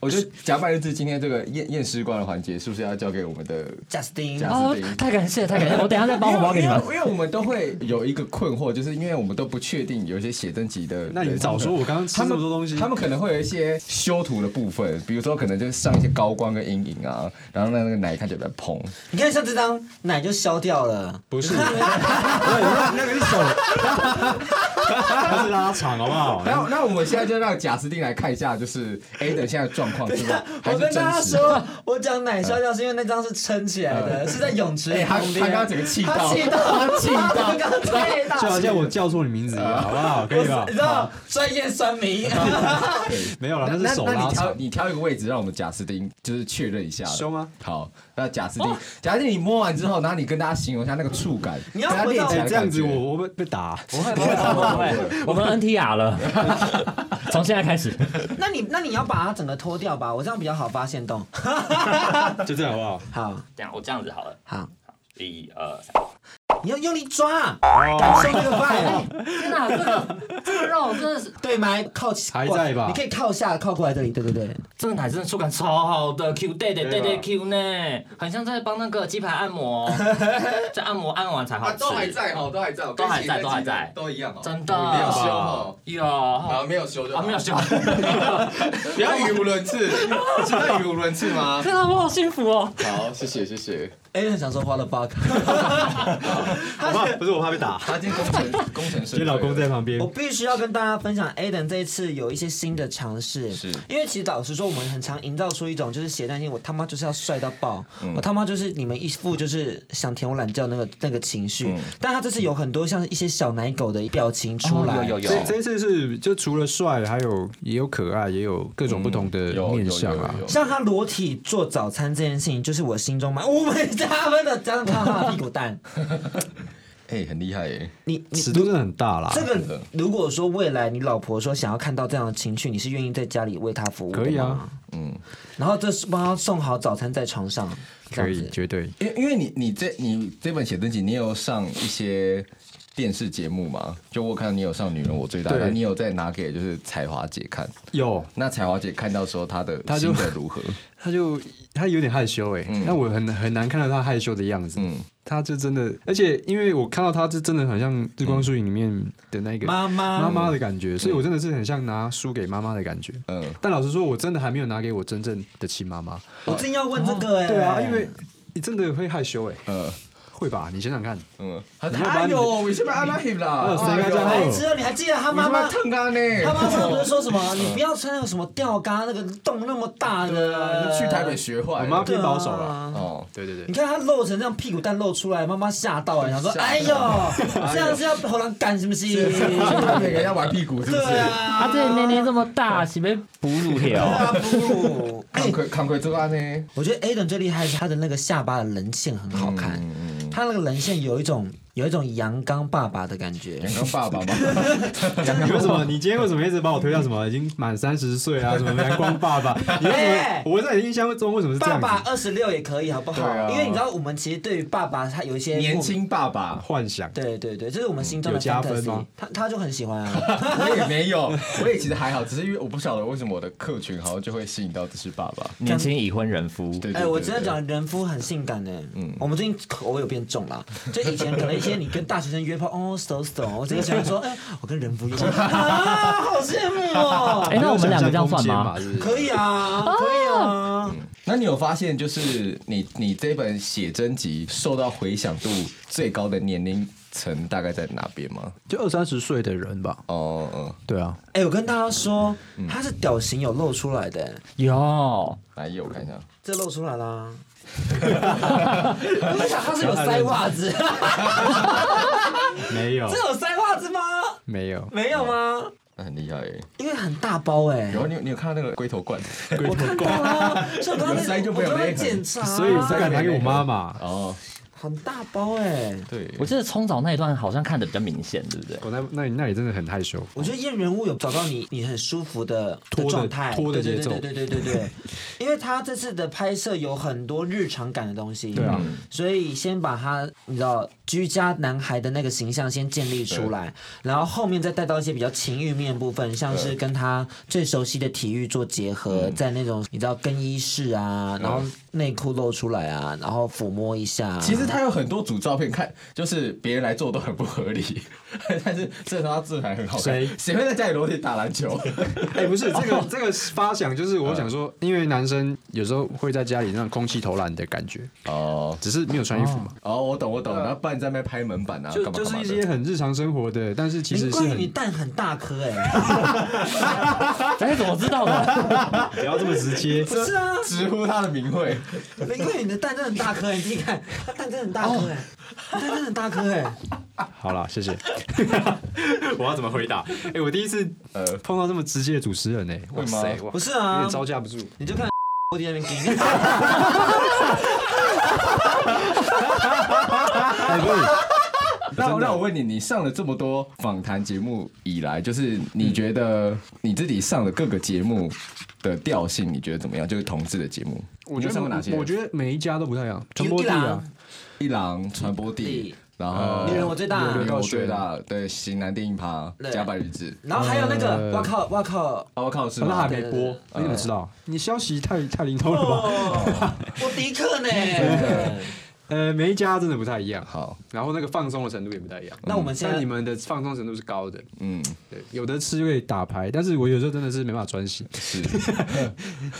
Speaker 5: 我觉得假扮日志今天这个验验尸官的环节，是不是要交给我们的？
Speaker 4: 贾斯汀
Speaker 5: 贾，
Speaker 1: 哦，太感谢，太感谢！我等一下再包红包给你们
Speaker 5: 因。为因为我们都会 有一个困惑，就是因为我们都不确定有一些写真集的人，
Speaker 3: 那你早说，我刚刚吃
Speaker 5: 他
Speaker 3: 这
Speaker 5: 们
Speaker 3: 么多东西，
Speaker 5: 他们可能会有一些修图的部分，比如说可能就是上一些高光跟阴影啊，然后让那个奶看起来比较蓬。
Speaker 4: 你看像这张奶就消掉了。
Speaker 3: 不是，对那那个是手， 它是拉长好不 好？
Speaker 5: 那那我们现在就让贾斯汀来看一下，就是 A 的现在状况是 吧？还
Speaker 4: 我
Speaker 5: 是
Speaker 4: 跟大家
Speaker 5: 真实？啊
Speaker 4: 说，我讲奶消掉是因为那张是撑起来的，是在泳池
Speaker 5: 哎，他
Speaker 4: 旁
Speaker 5: 他
Speaker 4: 边。
Speaker 5: 刚刚整个气
Speaker 4: 他
Speaker 5: 到，
Speaker 4: 气到，
Speaker 5: 他气到
Speaker 4: 他。刚刚太大
Speaker 3: 就好
Speaker 4: 气
Speaker 3: 像我叫错你名字一样，好不 好？可以吧
Speaker 4: 你？知道专业酸 民，
Speaker 3: 没有了，
Speaker 5: 那
Speaker 3: 那是手
Speaker 5: 那
Speaker 3: 拉
Speaker 5: 你挑
Speaker 3: 长，
Speaker 5: 你挑一个位置，让我们贾斯汀就是确认一下。
Speaker 3: 胸哦啊！
Speaker 5: 好，那贾斯汀，贾斯汀，你摸完之后，然后你跟大家形容一下那个触感，
Speaker 4: 你要
Speaker 5: 跟他
Speaker 4: 摸
Speaker 5: 练
Speaker 4: 到
Speaker 5: 起来
Speaker 3: 哎，
Speaker 5: 的
Speaker 3: 这样
Speaker 5: 感
Speaker 3: 子
Speaker 5: 觉
Speaker 3: 我我会被打。
Speaker 1: 我们 NTR 了，从现在开始。
Speaker 4: 那你那你要把它整个脱掉吧，我这样比较好发现洞。
Speaker 3: 就这样好不好？
Speaker 4: 好
Speaker 8: 这样我这样子好了，
Speaker 4: 好，
Speaker 8: 一二三，
Speaker 4: 你要用力抓，
Speaker 5: 哦
Speaker 4: 感受那个 vibe，
Speaker 8: 天
Speaker 1: 啊
Speaker 8: 哪，这个这个让我真的是，
Speaker 4: 对吗？靠起
Speaker 3: 还在吧
Speaker 4: 你可以靠下靠过来这里，对对对。
Speaker 8: 这个奶真的触感超好的，Q 对对对对 Q 呢，很像在帮那个鸡排按摩，在按摩按完才好吃，
Speaker 5: 哦，都还在，
Speaker 8: 都还在都还在
Speaker 5: 都一样哦
Speaker 8: 真的
Speaker 5: 没有修哦，
Speaker 8: 有啊，
Speaker 5: 没有修就好
Speaker 8: 没有，修，
Speaker 5: 不要语无伦次，是在语无伦次吗？
Speaker 1: 天哪，我好幸福哦！
Speaker 5: 好，谢谢谢谢。
Speaker 4: 哎，很想说花了 bug，
Speaker 3: 我怕不是我怕被打，
Speaker 5: 他今天工程工程师，
Speaker 3: 你老公在旁边
Speaker 4: 我，必须要跟大家分享，Aden 这一次有一些新的尝试，
Speaker 5: 是
Speaker 4: 因为其实老实说，我们很常营造出一种就是写担心，我他妈就是要帅到爆，
Speaker 8: 嗯
Speaker 4: 我他妈就是你们一副就是想舔我懒觉那个那个情绪，
Speaker 8: 嗯
Speaker 4: 但他这次有很多像一些小奶狗的表情出来，
Speaker 8: 哦有有
Speaker 5: 哦
Speaker 3: 这这次是就除了帅，还有也有可爱，也有各种不同的
Speaker 5: 嗯有
Speaker 3: 面相啊。
Speaker 4: 像他裸体做早餐这件事情，就是我心中满五百加分的，加上他他的屁股蛋，
Speaker 5: 哎，很厉害耶，
Speaker 4: 你你
Speaker 3: 尺度真的很大啦
Speaker 4: 这，个如果说未来你老婆说想要看到这样的情绪，你是愿意在家里为她服务的吗
Speaker 3: 可以啊，
Speaker 5: 嗯。
Speaker 4: 然后这是帮她送好早餐在床上，这
Speaker 3: 可
Speaker 4: 样
Speaker 3: 以
Speaker 4: 子。
Speaker 3: 绝对。
Speaker 5: 因因为你你这你这本写真集，你有上一些电视节目吗？就我看到你有上《女人我最大》，
Speaker 3: 对
Speaker 5: 那你有再拿给就是彩华姐看。
Speaker 3: 有，
Speaker 5: 那彩华姐看到时候，她的
Speaker 3: 她
Speaker 5: 心
Speaker 3: 就
Speaker 5: 得如何？
Speaker 3: 他就他有点害羞哎、
Speaker 5: 嗯
Speaker 3: 但我很很难看到他害羞的样子。
Speaker 5: 嗯，
Speaker 3: 他就真的，而且因为我看到他，就真的很像《日光树影》里面的那个
Speaker 4: 妈妈
Speaker 3: 妈妈的感觉，所以我真的是很像拿书给妈妈的感觉。
Speaker 5: 嗯
Speaker 3: 但老实说，我真的还没有拿给我真正的亲妈妈。啊
Speaker 4: 我正要问这个哎、
Speaker 3: 对啊，因为你真的会害羞哎、
Speaker 5: 呃，
Speaker 3: 会吧？你想想看，
Speaker 5: 嗯，哎呦，你是不是阿拉黑啦？
Speaker 3: 呃
Speaker 5: 哎
Speaker 3: 谁该加
Speaker 4: 白
Speaker 3: 厚？
Speaker 4: 痴哦，你还记得他妈
Speaker 5: 妈妈
Speaker 4: 妈？
Speaker 5: 疼他呢，
Speaker 4: 他妈 妈不是说什么？你不要穿那个什么吊嘎，那个洞那么大
Speaker 5: 呃
Speaker 4: 的。
Speaker 5: 去台北学坏
Speaker 3: 我
Speaker 5: 了，
Speaker 3: 妈
Speaker 4: 对
Speaker 3: 偏
Speaker 4: 啊
Speaker 3: 保守了。
Speaker 5: 哦，
Speaker 3: 对对
Speaker 4: 你
Speaker 3: 对，
Speaker 4: 看他露成这样，屁股蛋露出来，妈妈吓到了，想说：“
Speaker 5: 吓到
Speaker 4: 哎呦，这样是要喉咙干什么戏？”
Speaker 5: 去台北给人家玩屁股是不
Speaker 4: 对
Speaker 5: 是？
Speaker 4: 啊，
Speaker 1: 啊，这个年龄这么大，是被哺乳 了。
Speaker 4: 大不。 哎
Speaker 5: 康，奎康奎做安啊呢？
Speaker 4: 我觉得 Aden 最厉害是他的那个下巴的棱线很好看，
Speaker 5: 嗯
Speaker 4: 他那个棱线有一种有一种阳刚爸爸的感觉。
Speaker 5: 阳刚爸 爸吗？
Speaker 3: 你为什么？你今天为什么一直把我推到什么已经满三十岁啊？什么阳光爸 爸？你为
Speaker 4: 哎
Speaker 3: 什么？我在你印象中为什么是这
Speaker 4: 爸
Speaker 3: 样子？
Speaker 4: 爸二十六也可以，好不好？
Speaker 5: 对啊
Speaker 4: 因为你知道，我们其实对于爸爸他有一些
Speaker 5: 年
Speaker 4: 目。
Speaker 5: 轻爸爸，
Speaker 3: 幻想
Speaker 4: 对对对，这是我们心中
Speaker 3: 有
Speaker 4: 的
Speaker 3: 加分
Speaker 4: fantasy
Speaker 3: 吗
Speaker 4: 他他就很喜欢啊。
Speaker 5: 我也没有，我也其实还好，只是因为我不晓得为什么我的客群好像就会吸引到这些爸爸。
Speaker 1: 年轻已婚人夫，
Speaker 5: 对，对
Speaker 4: 哎，我
Speaker 5: 对
Speaker 4: 真的
Speaker 5: 对
Speaker 4: 讲人夫很性感呢。嗯，我们最近口味有变重啦。就以前可能一些你跟大学生约炮，哦，so so，我最近喜欢说，哎，我跟人夫 约炮，啊，好羡慕
Speaker 1: 哎
Speaker 4: 哦。
Speaker 1: 那我们两个这样算
Speaker 3: 空间
Speaker 1: 吗
Speaker 3: 嘛？是不是
Speaker 4: 可以啊，可以啊。
Speaker 5: 那你有发现，就是你你这本写真集受到回响度最高的年龄层大概在哪边吗？
Speaker 3: 就二三十岁的人吧。
Speaker 5: 哦，嗯，
Speaker 3: 对啊，
Speaker 4: 哎、我跟大家说，他是屌型有露出来的、
Speaker 1: 有
Speaker 5: 来有我看一下，
Speaker 4: 这露出来 啦。我在想他是有塞袜子，
Speaker 3: 没有
Speaker 4: 这有塞袜子吗？
Speaker 3: 没有，
Speaker 4: 没有吗？
Speaker 5: 那很厉害耶。
Speaker 4: 因为很大包哎、
Speaker 5: 有啊你有你有看到那个龟头 罐？
Speaker 4: 我看到啦，所以我刚
Speaker 5: 有塞
Speaker 4: 才
Speaker 5: 就
Speaker 4: 我
Speaker 5: 没有
Speaker 4: 刚才
Speaker 5: 勒痕
Speaker 4: 检查，
Speaker 3: 所以我不敢拿给我妈妈。
Speaker 5: 哦，
Speaker 4: 很大包哎、
Speaker 5: 对，
Speaker 1: 我记得冲澡那一段好像看的比较明显，对不对？
Speaker 3: 我那那你那里真的很害羞。
Speaker 4: 我觉得验人物有找到你，你很舒服的
Speaker 3: 拖的
Speaker 4: 状态，
Speaker 3: 拖的
Speaker 4: 对对
Speaker 3: 节奏
Speaker 4: 对对对对 对，因为他这次的拍摄有很多日常感的东西，对
Speaker 3: 啊，
Speaker 4: 所以先把他你知道居家男孩的那个形象先建立出来，然后后面再带到一些比较情欲面的部分，像是跟他最熟悉的体育做结合，
Speaker 3: 嗯
Speaker 4: 在那种你知道更衣室啊，然后内裤露出来啊，然后抚摸一下啊，
Speaker 5: 其实他有很多组照片看，就是别人来做都很不合理， 但是这时候他自还很好看
Speaker 3: 谁。
Speaker 5: 谁会在家里楼梯打篮 球？
Speaker 3: 哎、不是这 个这个发想，就是我想说，因为男生有时候会在家里那种空气投篮的感觉，
Speaker 5: 哦
Speaker 3: 只是没有穿衣服嘛，
Speaker 5: 哦，我懂我懂。然后不然在那边拍门板啊，
Speaker 3: 啊就
Speaker 5: 干嘛
Speaker 3: 就
Speaker 5: 干
Speaker 3: 是
Speaker 5: 嘛
Speaker 3: 一
Speaker 5: 的
Speaker 3: 些。很日常生活的，但是其
Speaker 4: 林
Speaker 3: 实是
Speaker 4: 冠宇，
Speaker 3: 很
Speaker 4: 你蛋很大颗哎、
Speaker 1: 哎，怎么知道的？
Speaker 3: 不要这么直 接。
Speaker 4: 不是啊，
Speaker 5: 直呼他的名 讳，
Speaker 4: 林冠宇，你的蛋真的很大颗哎、你自己看，他蛋真的很大
Speaker 3: 哦
Speaker 4: 颗哎、他蛋真的很大颗哎、
Speaker 3: 好了，谢谢。 我要怎么回答？ 哎、我第一次
Speaker 5: 呃，
Speaker 3: 碰到这么直接的主持人哎、哇塞，哇
Speaker 4: 不是
Speaker 3: 有
Speaker 4: 啊
Speaker 3: 点，招架不住。
Speaker 4: 你就看我在那边给你。
Speaker 3: 哎、不是，
Speaker 5: 那那我问你，你上了这么多访谈节目以来，就是你觉
Speaker 3: 嗯
Speaker 5: 得你自己上的各个节目的调性，你觉得怎么样？就是同志的节目，
Speaker 3: 我觉
Speaker 5: 你有
Speaker 3: 得
Speaker 5: 上过哪些？
Speaker 3: 我我觉得每一家都不太一样， 传播
Speaker 4: 一
Speaker 3: 地啊
Speaker 4: 郎，
Speaker 5: 一郎传播地
Speaker 4: 地，
Speaker 5: 然后
Speaker 4: 女人我最大
Speaker 5: 女人我最大，对，型男电影趴
Speaker 4: 对，
Speaker 5: 加百日志，
Speaker 4: 然后还有那个，
Speaker 3: 呃
Speaker 4: 哇靠，哇靠，
Speaker 5: 包靠是
Speaker 3: 可是还
Speaker 5: 吗？
Speaker 3: 没播，
Speaker 5: 对
Speaker 3: 哎你怎么知道？你消息太太灵通了吧？
Speaker 4: 哦，我迪克呢？
Speaker 3: 呃，每一家真的不太一样，
Speaker 5: 好，
Speaker 3: 然后那个放松的程度也不太一样。
Speaker 4: 那我们现
Speaker 3: 像
Speaker 4: 在
Speaker 3: 你们的放松程度是高的，
Speaker 5: 嗯，
Speaker 3: 对，有的吃就可以打牌，但是我有时候真的是没办法专心。
Speaker 5: 是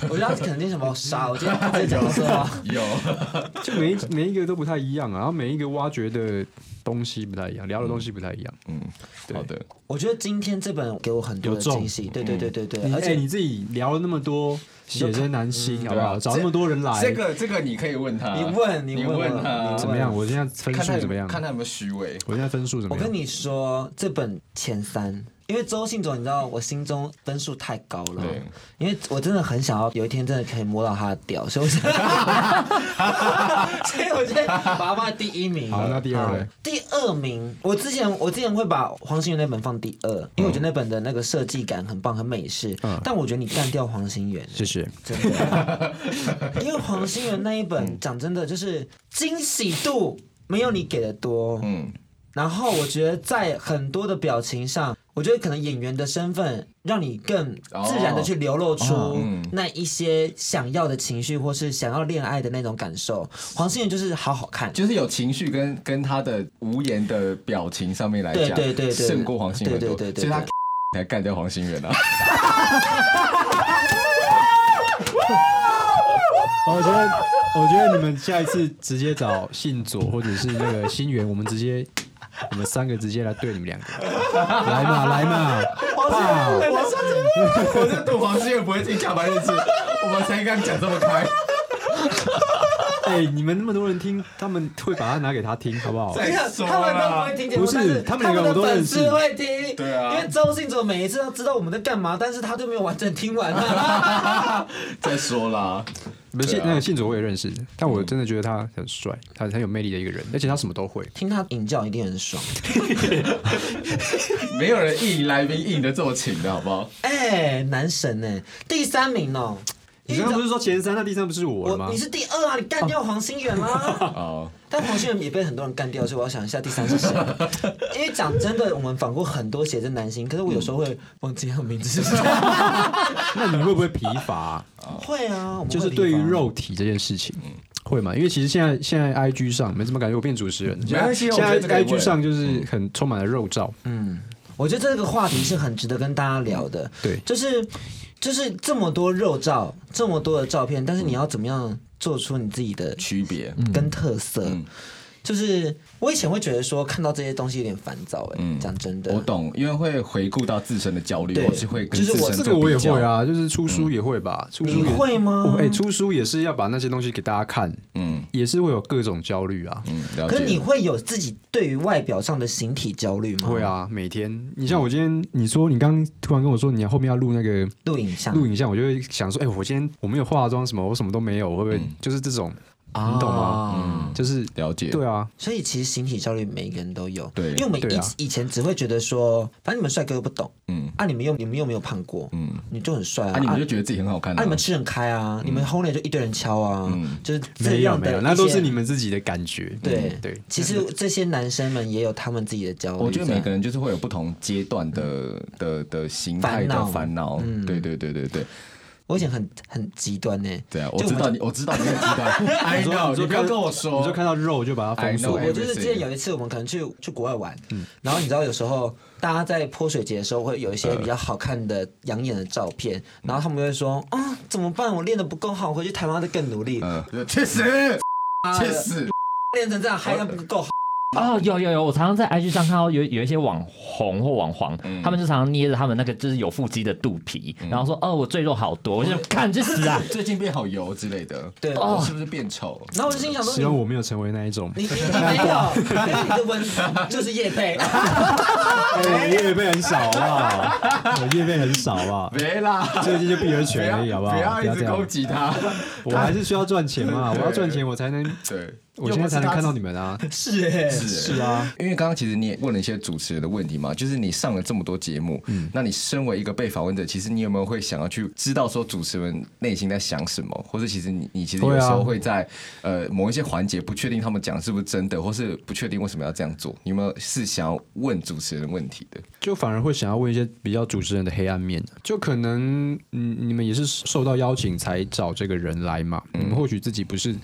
Speaker 4: 我觉得肯定什么杀，我今天直接讲说 啊，
Speaker 5: 有，
Speaker 3: 就 每一每一个都不太一样啊，然后每一个挖掘的东西不太一样，聊的东西不太一样。
Speaker 5: 嗯，
Speaker 3: 对
Speaker 5: 好的，
Speaker 4: 我觉得今天这本给我很多的
Speaker 3: 有中
Speaker 4: 惊喜，对对对对对，
Speaker 3: 而
Speaker 4: 而
Speaker 3: 且
Speaker 4: 且
Speaker 3: 你自己聊了那么多，写真难心，好不好？找那么多人来，
Speaker 5: 这个这个你可以问他，
Speaker 4: 你问你
Speaker 5: 你
Speaker 4: 问
Speaker 5: 问
Speaker 4: 我
Speaker 5: 他
Speaker 4: 你
Speaker 3: 怎么样？我现在分
Speaker 5: 看他
Speaker 3: 数
Speaker 5: 有
Speaker 3: 怎么样？
Speaker 5: 看他有没有虚伪，
Speaker 3: 我现在分数怎么
Speaker 4: 我
Speaker 3: 样
Speaker 4: 跟？你说，这本前三，因为周信总，你知道我心中分数太高了
Speaker 5: 对，
Speaker 4: 因为我真的很想要有一天真的可以摸到他的屌，所以我想， 所以我就把它放在第一名。
Speaker 3: 好那第二嘞
Speaker 4: 好第二名，我之前我之前会把黄心源那本放第二，因为我觉得那本的那个设计感很棒，很美式。
Speaker 3: 嗯
Speaker 4: 但我觉得你干掉黄心源，
Speaker 3: 谢谢。
Speaker 4: 真的，因为黄心源那一本讲真的就是惊喜度没有你给的多，
Speaker 5: 嗯，
Speaker 4: 然后我觉得在很多的表情上，我觉得可能演员的身份让你更自然的去流露出那一些想要的情绪，或是想要恋爱的那种感受。黄心源就是好好看，
Speaker 5: 就是有情绪跟跟他的无言的表情上面来讲，
Speaker 4: 对对对对
Speaker 5: 胜过黄心源多，
Speaker 4: 对对对对
Speaker 5: 所以他
Speaker 4: 对
Speaker 5: 才干掉黄心 源啊，
Speaker 3: 我觉得我觉得你们下一次直接找信佐或者是那个新源，我们直接，我们三个直接来对你们两个，来嘛来嘛，
Speaker 5: 我是赌黄心也不会进下班 日志，我们才刚讲这么开，
Speaker 3: 哎、你们那么多人听，他们会把它拿给他听，好不好？
Speaker 4: 啊
Speaker 5: 再说
Speaker 4: 他们都不
Speaker 5: 啦
Speaker 4: 会。听节目，
Speaker 3: 不是
Speaker 4: 但是他
Speaker 3: 他们两个我
Speaker 4: 的
Speaker 3: 都认
Speaker 4: 粉
Speaker 3: 识
Speaker 4: 丝会听。
Speaker 7: 对啊
Speaker 4: 因为周信哲每一次都知道我们在干嘛，但是他就没有完整听完啊。
Speaker 7: 再说啦，
Speaker 3: 不是信
Speaker 7: 对啊
Speaker 3: 那个信佐我也认识，但我真的觉得他很帅，他很有魅力的一个人，而且他什么都会。
Speaker 4: 听他引教一定很爽。
Speaker 5: 没有人硬来宾硬的这么勤的好不好？
Speaker 4: 哎，男神哎，第三名哦。
Speaker 3: 你刚刚不是说前三，那第三不是我了
Speaker 4: 我
Speaker 3: 吗
Speaker 4: 你？是第二啊，你干掉黄心远啦。
Speaker 5: 哦，
Speaker 4: 但黄心远也被很多人干掉，所以我要想一下第三 是谁。因为讲真的，我们访过很多写真男星，可是我有时候会忘记他们名字 是谁。
Speaker 3: 那你会不会疲乏、
Speaker 4: 会啊，我们会
Speaker 3: 就是
Speaker 4: 比
Speaker 3: 对于
Speaker 4: 方
Speaker 3: 肉体这件事情，会吗？因为其实现在现在 I G 上没怎么感觉我变主持人，现在
Speaker 5: 关系
Speaker 3: 现
Speaker 5: 我觉得这
Speaker 3: 在
Speaker 5: 个
Speaker 3: I
Speaker 5: 也会嗯
Speaker 3: G 上就是很充满了肉照，
Speaker 4: 我觉得这个话题是很值得跟大家聊的。
Speaker 3: 对
Speaker 4: 就是就是这么多肉照，这么多的照片，但是你要怎么样做出你自己的
Speaker 5: 区别，
Speaker 4: 跟特色？
Speaker 5: 嗯
Speaker 4: 就是我以前会觉得说看到这些东西有点烦躁、哎、
Speaker 5: 嗯
Speaker 4: 讲真的，
Speaker 5: 我。懂，因为会回顾到自身的焦虑，
Speaker 4: 对
Speaker 5: 我是会跟
Speaker 4: 就
Speaker 5: 自
Speaker 4: 是
Speaker 5: 身
Speaker 4: 我
Speaker 5: 做
Speaker 3: 这个我也
Speaker 5: 比较
Speaker 3: 会，啊，就是出书也会吧，出书
Speaker 4: 你
Speaker 3: 也
Speaker 4: 会吗
Speaker 3: 我？哎、出书也是要把那些东西给大家看，
Speaker 5: 嗯
Speaker 3: 也是会有各种焦虑啊。
Speaker 5: 嗯，了
Speaker 4: 可是你
Speaker 5: 解。
Speaker 4: 会有自己对于外表上的形体焦虑
Speaker 5: 嗯
Speaker 4: 吗？
Speaker 3: 会，啊，每天你像我今天，你说你刚突然跟我说你后面要录那个
Speaker 4: 录影像，
Speaker 3: 录影像，我就会想说，哎、我今天我没有化妆什么，我什么都没有，我会不会就是这种，
Speaker 4: 啊
Speaker 3: 你懂吗？
Speaker 5: 嗯，
Speaker 3: 就是
Speaker 5: 了解。
Speaker 3: 对啊，
Speaker 4: 所以其实形体焦虑每个人都有，
Speaker 5: 对
Speaker 4: 因为我们以、
Speaker 3: 对啊
Speaker 4: 以前只会觉得说，反正你们帅哥又不懂，
Speaker 5: 嗯
Speaker 4: 啊，你们又你们又没有胖过，
Speaker 5: 嗯，
Speaker 4: 你就很帅啊，
Speaker 5: 啊，你们就觉得自己很好看
Speaker 4: 啊，
Speaker 5: 啊
Speaker 4: 你们吃很开啊，你们后面就一堆人敲啊，
Speaker 5: 嗯
Speaker 4: 就是这
Speaker 3: 没有
Speaker 4: 样
Speaker 3: 没
Speaker 4: 的一
Speaker 3: 有，
Speaker 4: 些，
Speaker 3: 那都是你们自己的感觉。
Speaker 4: 对
Speaker 3: 嗯对，
Speaker 4: 其实这些男生们也有他们自己的啊焦虑在，
Speaker 5: 我觉得每个人就是会有不同阶段的的的心态
Speaker 4: 烦
Speaker 5: 的
Speaker 4: 恼
Speaker 5: 烦恼，对对对对对，
Speaker 4: 我以前很很极端呢、
Speaker 5: 对啊，
Speaker 4: 就
Speaker 5: 我知
Speaker 4: 们
Speaker 5: 道你，我知道你很极端，I
Speaker 3: 你说
Speaker 5: know，
Speaker 3: 你说
Speaker 5: 哎你不要
Speaker 3: 看
Speaker 5: 跟我说，
Speaker 3: 你就看到肉就把它封
Speaker 5: I
Speaker 3: 锁
Speaker 5: know，。
Speaker 4: 我就是之前有一次，我们可能去去国外玩，然后你知道有时候大家在泼水节的时候会有一些比较好看的、养眼的照片，然后他们就会说啊怎么办？我练的不够好，我回去台湾再更努力，
Speaker 5: 嗯，去死，
Speaker 4: 啊
Speaker 5: 去死，
Speaker 4: 练成这样还练不够好，
Speaker 1: 哦，有有有，我常常在 IG 上看到有有一些网红或网黄，他们就常常捏着他们那个就是有腹肌的肚皮，然后说哦我赘肉好多，我就想看你去死啊！
Speaker 5: 最近变好油之类的，
Speaker 4: 对。
Speaker 1: 哦
Speaker 5: 是不是变丑？
Speaker 4: 然后我就心想说
Speaker 3: 希
Speaker 4: 你
Speaker 3: 望我没有成为那一种。
Speaker 4: 你你你没有，因为你的文就是叶配，
Speaker 3: 哎，业费很少好不好？我业费很少好 不好？
Speaker 5: 没啦，
Speaker 3: 最近就避而
Speaker 5: 不
Speaker 3: 全
Speaker 5: 要
Speaker 3: 而已好不好？
Speaker 5: 不要一
Speaker 3: 这
Speaker 5: 直攻
Speaker 3: 样，
Speaker 5: 击他，
Speaker 3: 我还是需要赚钱嘛，我要赚钱我才能，
Speaker 5: 对，
Speaker 3: 我现在才能看到你们啊。
Speaker 4: 是哎、
Speaker 5: 是
Speaker 3: 啊，
Speaker 5: 因为刚刚其实你也问了一些主持人的问题嘛，就是你上了这么多节目，那你身为一个被访问者，其实你有没有会想要去知道说主持人内心在想什么，或者其实你你其实有
Speaker 3: 会啊
Speaker 5: 时候会在呃某一些环节不确定他们讲是不是真的，或是不确定为什么要这样做，你有没有是想要问主持人问题的？
Speaker 3: 就反而会想要问一些比较主持人的黑暗面，就可能嗯，你们也是受到邀请才找这个人来嘛，
Speaker 5: 嗯
Speaker 3: 你们或许自己不是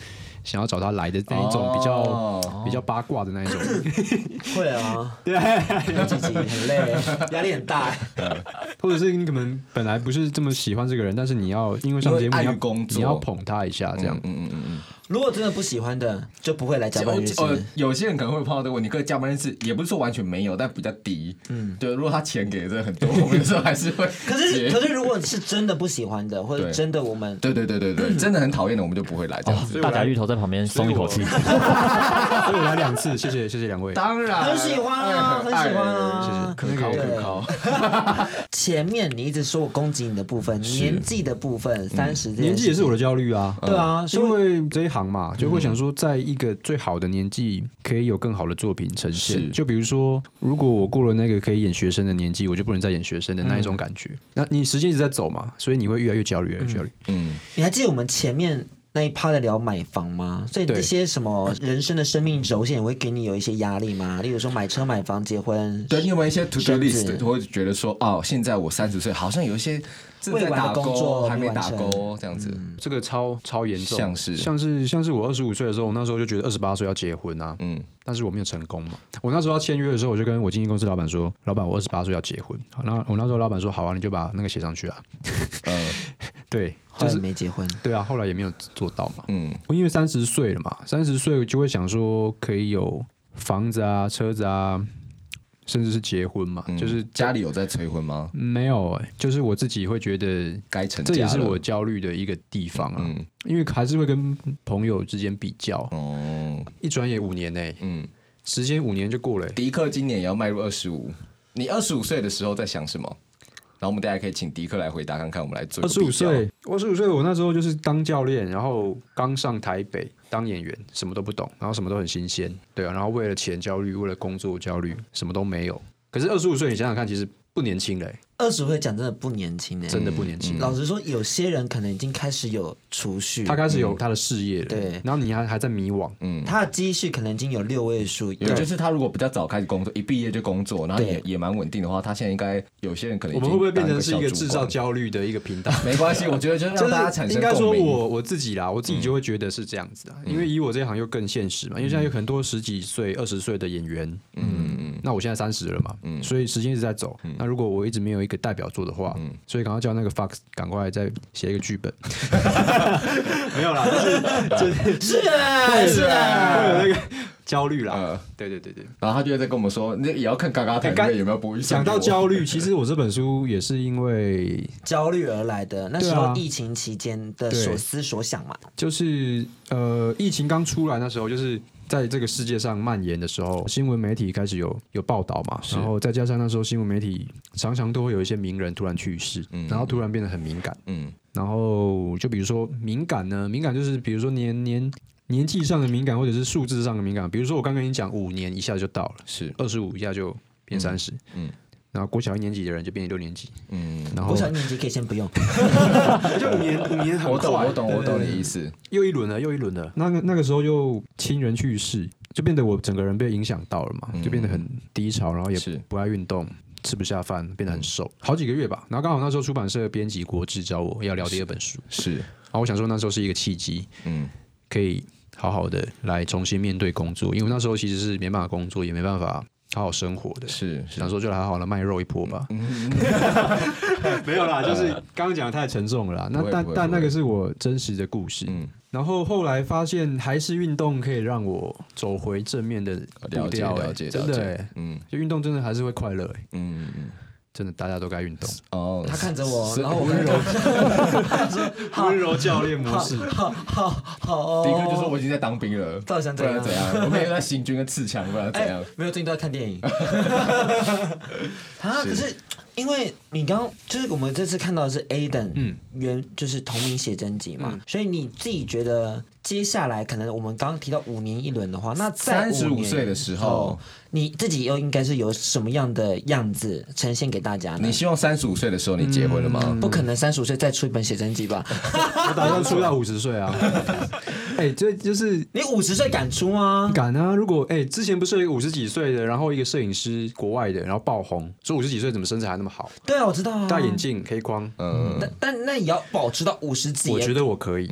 Speaker 3: 想要找他来的那一种比较、
Speaker 5: 哦
Speaker 3: 比较八卦的那一种，
Speaker 4: 会啊，对，自己很累，压力很大，
Speaker 3: 或者是你可能本来不是这么喜欢这个人，但是你要因为上节
Speaker 5: 因
Speaker 3: 目
Speaker 5: 为
Speaker 3: 你要
Speaker 5: 碍于工作
Speaker 3: 你要捧他一下这样。
Speaker 5: 嗯嗯嗯嗯。
Speaker 4: 如果真的不喜欢的，就不会来加班日
Speaker 5: 呃
Speaker 4: 志。，
Speaker 5: 有些人可能会碰到这个问题，可是加班日志也不是说完全没有，但比较低。嗯，对，如果他钱给的真的很多，我们有时候还是会结。
Speaker 4: 可是，可是，如果是真的不喜欢的，或者
Speaker 5: 对
Speaker 4: 真的我们
Speaker 5: 对对对对对，真的很讨厌的，我们就不会来这样子。
Speaker 1: 大甲芋头在旁边松一口气，
Speaker 5: 嗯
Speaker 3: 所以我来两次，谢谢谢谢两位。
Speaker 5: 当然，哎
Speaker 4: 很喜欢啊，
Speaker 3: 哎
Speaker 4: 很喜欢啊。
Speaker 5: 可靠
Speaker 4: 对
Speaker 5: 可靠。
Speaker 4: 前面你一直说我攻击你的部分，年纪的部分，三十
Speaker 3: 嗯年纪也是我的焦虑啊，嗯
Speaker 4: 对啊，所以
Speaker 3: 因为这一行嘛，就会想说，在一个最好的年纪，可以有更好的作品呈
Speaker 5: 是
Speaker 3: 现。就比如说，如果我过了那个可以演学生的年纪，我就不能再演学生的那一种感觉。那你时间一直在走嘛，所以你会越来越焦虑，越来越焦虑。
Speaker 5: 嗯，
Speaker 4: 你还记得我们前面那一趴在聊买房吗？所以这
Speaker 3: 对
Speaker 4: 些什么人生的生命轴线也会给你有一些压力吗？例如说买车、买房、结婚，
Speaker 5: 对，你有没有一些 to do
Speaker 4: 甚至
Speaker 5: list，会觉得说，哦，现在我三十岁，好像有一些正在
Speaker 4: 未完
Speaker 5: 打
Speaker 4: 的工作
Speaker 5: 勾，还
Speaker 4: 没
Speaker 5: 没
Speaker 4: 完
Speaker 5: 打
Speaker 4: 成嗯
Speaker 5: 勾这样子。
Speaker 3: 这个超超严重，
Speaker 5: 像是
Speaker 3: 像是像是我二十五岁的时候，我那时候就觉得二十八岁要结婚啊，
Speaker 5: 嗯，
Speaker 3: 但是我没有成功嘛。我那时候要签约的时候，我就跟我经纪公司老板说：“
Speaker 5: 呃
Speaker 3: 老板，我二十八岁要结婚。”好，那我那时候老板说：“好啊，你就把那个写上去啊。”对，
Speaker 2: 后
Speaker 3: 就
Speaker 2: 来
Speaker 3: 是
Speaker 2: 没结婚，
Speaker 3: 对啊，后来也没有做到嘛。
Speaker 5: 嗯，
Speaker 3: 因为三十岁了嘛，三十岁就会想说可以有房子啊、车子啊，甚至是结婚嘛。
Speaker 5: 嗯
Speaker 3: 就是
Speaker 5: 家里有在催婚吗？
Speaker 3: 没有、欸，就是我自己会觉得
Speaker 5: 该成家
Speaker 3: 这
Speaker 5: 了
Speaker 3: 也是我焦虑的一个地方啊，
Speaker 5: 嗯
Speaker 3: 因为还是会跟朋友之间比较。
Speaker 5: 哦
Speaker 3: 一转眼五年呢、欸，
Speaker 5: 嗯，
Speaker 3: 时间五年就过了、欸。
Speaker 5: 迪克今年也要迈入二十五，你二十五岁的时候在想什么？然后我们大家可以请迪克来回答看看，我们来做一
Speaker 3: 二
Speaker 5: 个
Speaker 3: 十五
Speaker 5: 比较，
Speaker 3: 岁，二十五岁，我那时候就是当教练，然后刚上台北当演员，什么都不懂，然后什么都很新鲜，对啊，然后为了钱焦虑，为了工作焦虑，什么都没有。可是二十五岁，你想想看，其实不年轻嘞、
Speaker 2: 二十岁讲真的不年
Speaker 4: 欸
Speaker 2: 轻呢。
Speaker 3: 真的不年轻。
Speaker 2: 老实说，有些人可能已经开始有储
Speaker 4: 嗯
Speaker 2: 蓄，
Speaker 3: 他开始有他的事业了，
Speaker 2: 对
Speaker 3: 然后你还还在迷惘，
Speaker 5: 嗯，
Speaker 2: 他的积蓄可能已经有六位数，
Speaker 5: 有就是他如果比较早开始工作，一毕业就工作，然后也
Speaker 2: 对
Speaker 5: 也蛮稳定的话，他现在应该有些人可能已
Speaker 3: 我
Speaker 5: 经
Speaker 3: 们会不会变成是一
Speaker 5: 当
Speaker 3: 个
Speaker 5: 小主
Speaker 3: 制
Speaker 5: 管
Speaker 3: 造？焦虑的一个频道？
Speaker 5: 没关系，我觉得就是让
Speaker 3: 就是
Speaker 5: 大家产生
Speaker 3: 应该说
Speaker 5: 共鸣
Speaker 3: 我我自己啦，我自己就会觉得是这样子啊，因为以我这行又更现实嘛，因为现在有很多十几岁、二十岁的演员，嗯嗯，那我现在三十了嘛，所以时间一直在走。那如果我一直没有一个代表作的话，所以赶快叫那个 Fox 赶快再写一个剧本， 没有啦， 就是就是
Speaker 2: 啊，是啊，
Speaker 3: 会有那个焦虑啦
Speaker 5: 呃，
Speaker 3: 对对对对。
Speaker 5: 然后他就会在跟我们说，那也要看嘎嘎台
Speaker 3: 哎
Speaker 5: 里
Speaker 3: 刚
Speaker 5: 面有没有播一
Speaker 3: 讲到焦虑，其实我这本书也是因为
Speaker 2: 焦虑而来的。那时
Speaker 3: 对
Speaker 2: 候
Speaker 3: 啊
Speaker 2: 疫情期间的
Speaker 3: 对
Speaker 2: 所思所想嘛，
Speaker 3: 就是呃，疫情刚出来那时候，就是在这个世界上蔓延的时候，新闻媒体开始有有报道嘛，然后再加上那时候新闻媒体常常都会有一些名人突然去世，然后突然变得很敏感，
Speaker 5: 嗯
Speaker 3: 然后就比如说敏感呢，敏感就是比如说年年年纪上的敏感，或者是数字上的敏感，比如说我刚跟你讲五年一下就到了，
Speaker 5: 是
Speaker 3: 二十五一下就变三十、嗯，
Speaker 5: 嗯
Speaker 3: 然后国小一年级的人就变六年级，
Speaker 5: 嗯，
Speaker 3: 然后
Speaker 2: 我小年纪可以先不用。
Speaker 3: 就五年五年很
Speaker 5: 我懂
Speaker 3: 快
Speaker 5: 我懂我懂你的意思，
Speaker 3: 又一轮了，又一轮了。那个那个时候又亲人去世，就变得我整个人被影响到了嘛，就变得很低潮，然后也
Speaker 5: 是
Speaker 3: 不爱运动，吃不下饭，变得很瘦，好几个月吧。然后刚好那时候出版社编辑国志找我要聊第二本书，
Speaker 5: 是
Speaker 3: 然后我想说那时候是一个契机，
Speaker 5: 嗯
Speaker 3: 可以好好的来重新面对工作，因为那时候其实是没办法工作，也没办法好好生活的。
Speaker 5: 是是
Speaker 3: 想说就来好好的卖肉一波吧。嗯 呃没有啦，就是刚刚讲的太沉重了啦。那
Speaker 5: 不会
Speaker 3: 但
Speaker 5: 不会
Speaker 3: 但
Speaker 5: 不
Speaker 3: 那
Speaker 5: 会
Speaker 3: 个是我真实的故事。
Speaker 5: 嗯
Speaker 3: 然后后来发现还是运动可以让我走回正面的步
Speaker 5: 了解
Speaker 3: 调、欸，
Speaker 5: 了解
Speaker 3: 真
Speaker 5: 了
Speaker 3: 的、
Speaker 5: 解
Speaker 3: 欸，，
Speaker 5: 嗯
Speaker 3: 就运动真的还是会快乐、欸，
Speaker 5: 嗯嗯
Speaker 3: 真的大家都该运动。
Speaker 5: 哦，
Speaker 2: 他看着我，
Speaker 5: 是
Speaker 2: 然后我温柔，
Speaker 3: 温柔教练模式，
Speaker 2: 好好好
Speaker 5: 迪克就说
Speaker 2: 哦。
Speaker 5: 我已经在当兵 了，
Speaker 2: 到底想
Speaker 5: 不
Speaker 2: 怎样
Speaker 5: 然怎样？我每天在行军跟刺枪，不然怎
Speaker 2: 哎
Speaker 5: 样？，
Speaker 2: 没有，最近都在看电 影。啊，可是因为你刚刚就是我们这次看到的是 Aden，嗯，原就是同名写真集
Speaker 5: 嗯
Speaker 2: 嘛，所以你自己觉得接下来可能我们刚刚提到五年一轮的话，那在
Speaker 5: 35
Speaker 2: 年哦
Speaker 5: 岁的时候，
Speaker 2: 你自己又应该是有什么样的样子呈现给大家呢
Speaker 5: 你？嗯希望三十五岁的时候你结婚了吗？
Speaker 3: 嗯
Speaker 2: 不可能三十五岁再出一本写真集 吧？
Speaker 3: 我打算出到五十岁啊！ 哎、这就是
Speaker 2: 你五十岁敢出 吗？
Speaker 3: 敢啊！如果哎、之前不是有一个五十几岁的，然后一个摄影师，国外的，然后爆红，说五十几岁怎么身材还那么好，
Speaker 4: 嗯
Speaker 2: 对啊，我知道啊。
Speaker 3: 戴眼镜、黑框，
Speaker 5: 嗯，
Speaker 2: 但但那也要保持到五十几。
Speaker 3: 我觉
Speaker 2: 得
Speaker 3: 得我可以。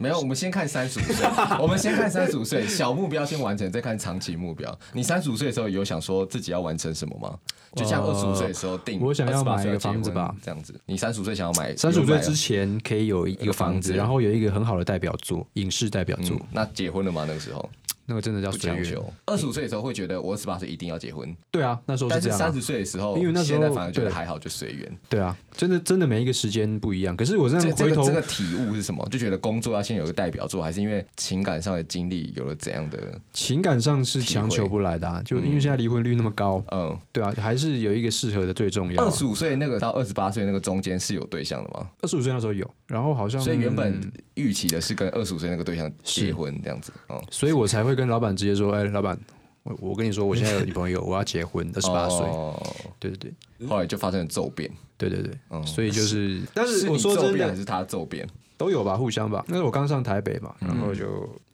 Speaker 5: 没有，我们先看三十五 岁，我们先看三十五岁，小目标先完成，再看长期目标。你三十五岁的时候有想说自己要完成什么吗？就像二
Speaker 3: 呃
Speaker 5: 十五岁的时候定，
Speaker 3: 我想要买一
Speaker 5: 28
Speaker 3: 个
Speaker 5: 岁结婚
Speaker 3: 房子吧
Speaker 5: 这样子。你三十五岁想要买
Speaker 3: 三十五岁
Speaker 5: 有买啊
Speaker 3: 之前可以有一
Speaker 5: 有
Speaker 3: 个房子，
Speaker 5: 房子
Speaker 3: 然后有一个很好的代表作，影视代表作，
Speaker 5: 嗯，那结婚了吗？那个时候
Speaker 3: 那个真的叫
Speaker 5: 不
Speaker 3: 随
Speaker 5: 强
Speaker 3: 缘。
Speaker 5: 求。二十五岁的时候会觉得我十八岁一定要结婚，
Speaker 3: 对啊，那时候是
Speaker 5: 但
Speaker 3: 这
Speaker 5: 是
Speaker 3: 样、
Speaker 5: 三
Speaker 3: 啊
Speaker 5: 十。岁的时候，
Speaker 3: 因为那时候
Speaker 5: 现在反而觉得
Speaker 3: 对
Speaker 5: 还好，就随缘。
Speaker 3: 对啊，真的真的每一个时间不一样。可是我这
Speaker 5: 这
Speaker 3: 样
Speaker 5: 这
Speaker 3: 回
Speaker 5: 个
Speaker 3: 头，
Speaker 5: 这个体悟是什么？就觉得工作要先有一个代表作，还是因为情感上的经历有了怎样的？
Speaker 3: 情感上是
Speaker 5: 体会
Speaker 3: 强求不来的、啊，就因为现在离婚率那么高，
Speaker 5: 嗯，
Speaker 3: 对啊，还是有一个适合的最重要、
Speaker 5: 二
Speaker 3: 啊。
Speaker 5: 十五岁那个到二十八岁那个中间是有对象的吗？
Speaker 3: 二十五岁那时候有，然后好像
Speaker 5: 所以原
Speaker 3: 嗯
Speaker 5: 本预期的是跟二十五岁那个对象结婚这样子哦。
Speaker 3: 所以我才会跟老板直接说，哎，老板，我我跟你说，我现在有女朋友，我要结婚，二十八岁。
Speaker 5: 岁，
Speaker 3: 对对对
Speaker 5: 哦后来就发生了骤变。
Speaker 3: 对对对，
Speaker 5: 哦
Speaker 3: 所以就是，但
Speaker 5: 是
Speaker 3: 我
Speaker 5: 你
Speaker 3: 说
Speaker 5: 骤
Speaker 3: 真
Speaker 5: 变还
Speaker 3: 的
Speaker 5: 是他骤变？
Speaker 3: 都有吧，互相吧。那时候我刚上台北嘛，
Speaker 1: 嗯
Speaker 3: 然后就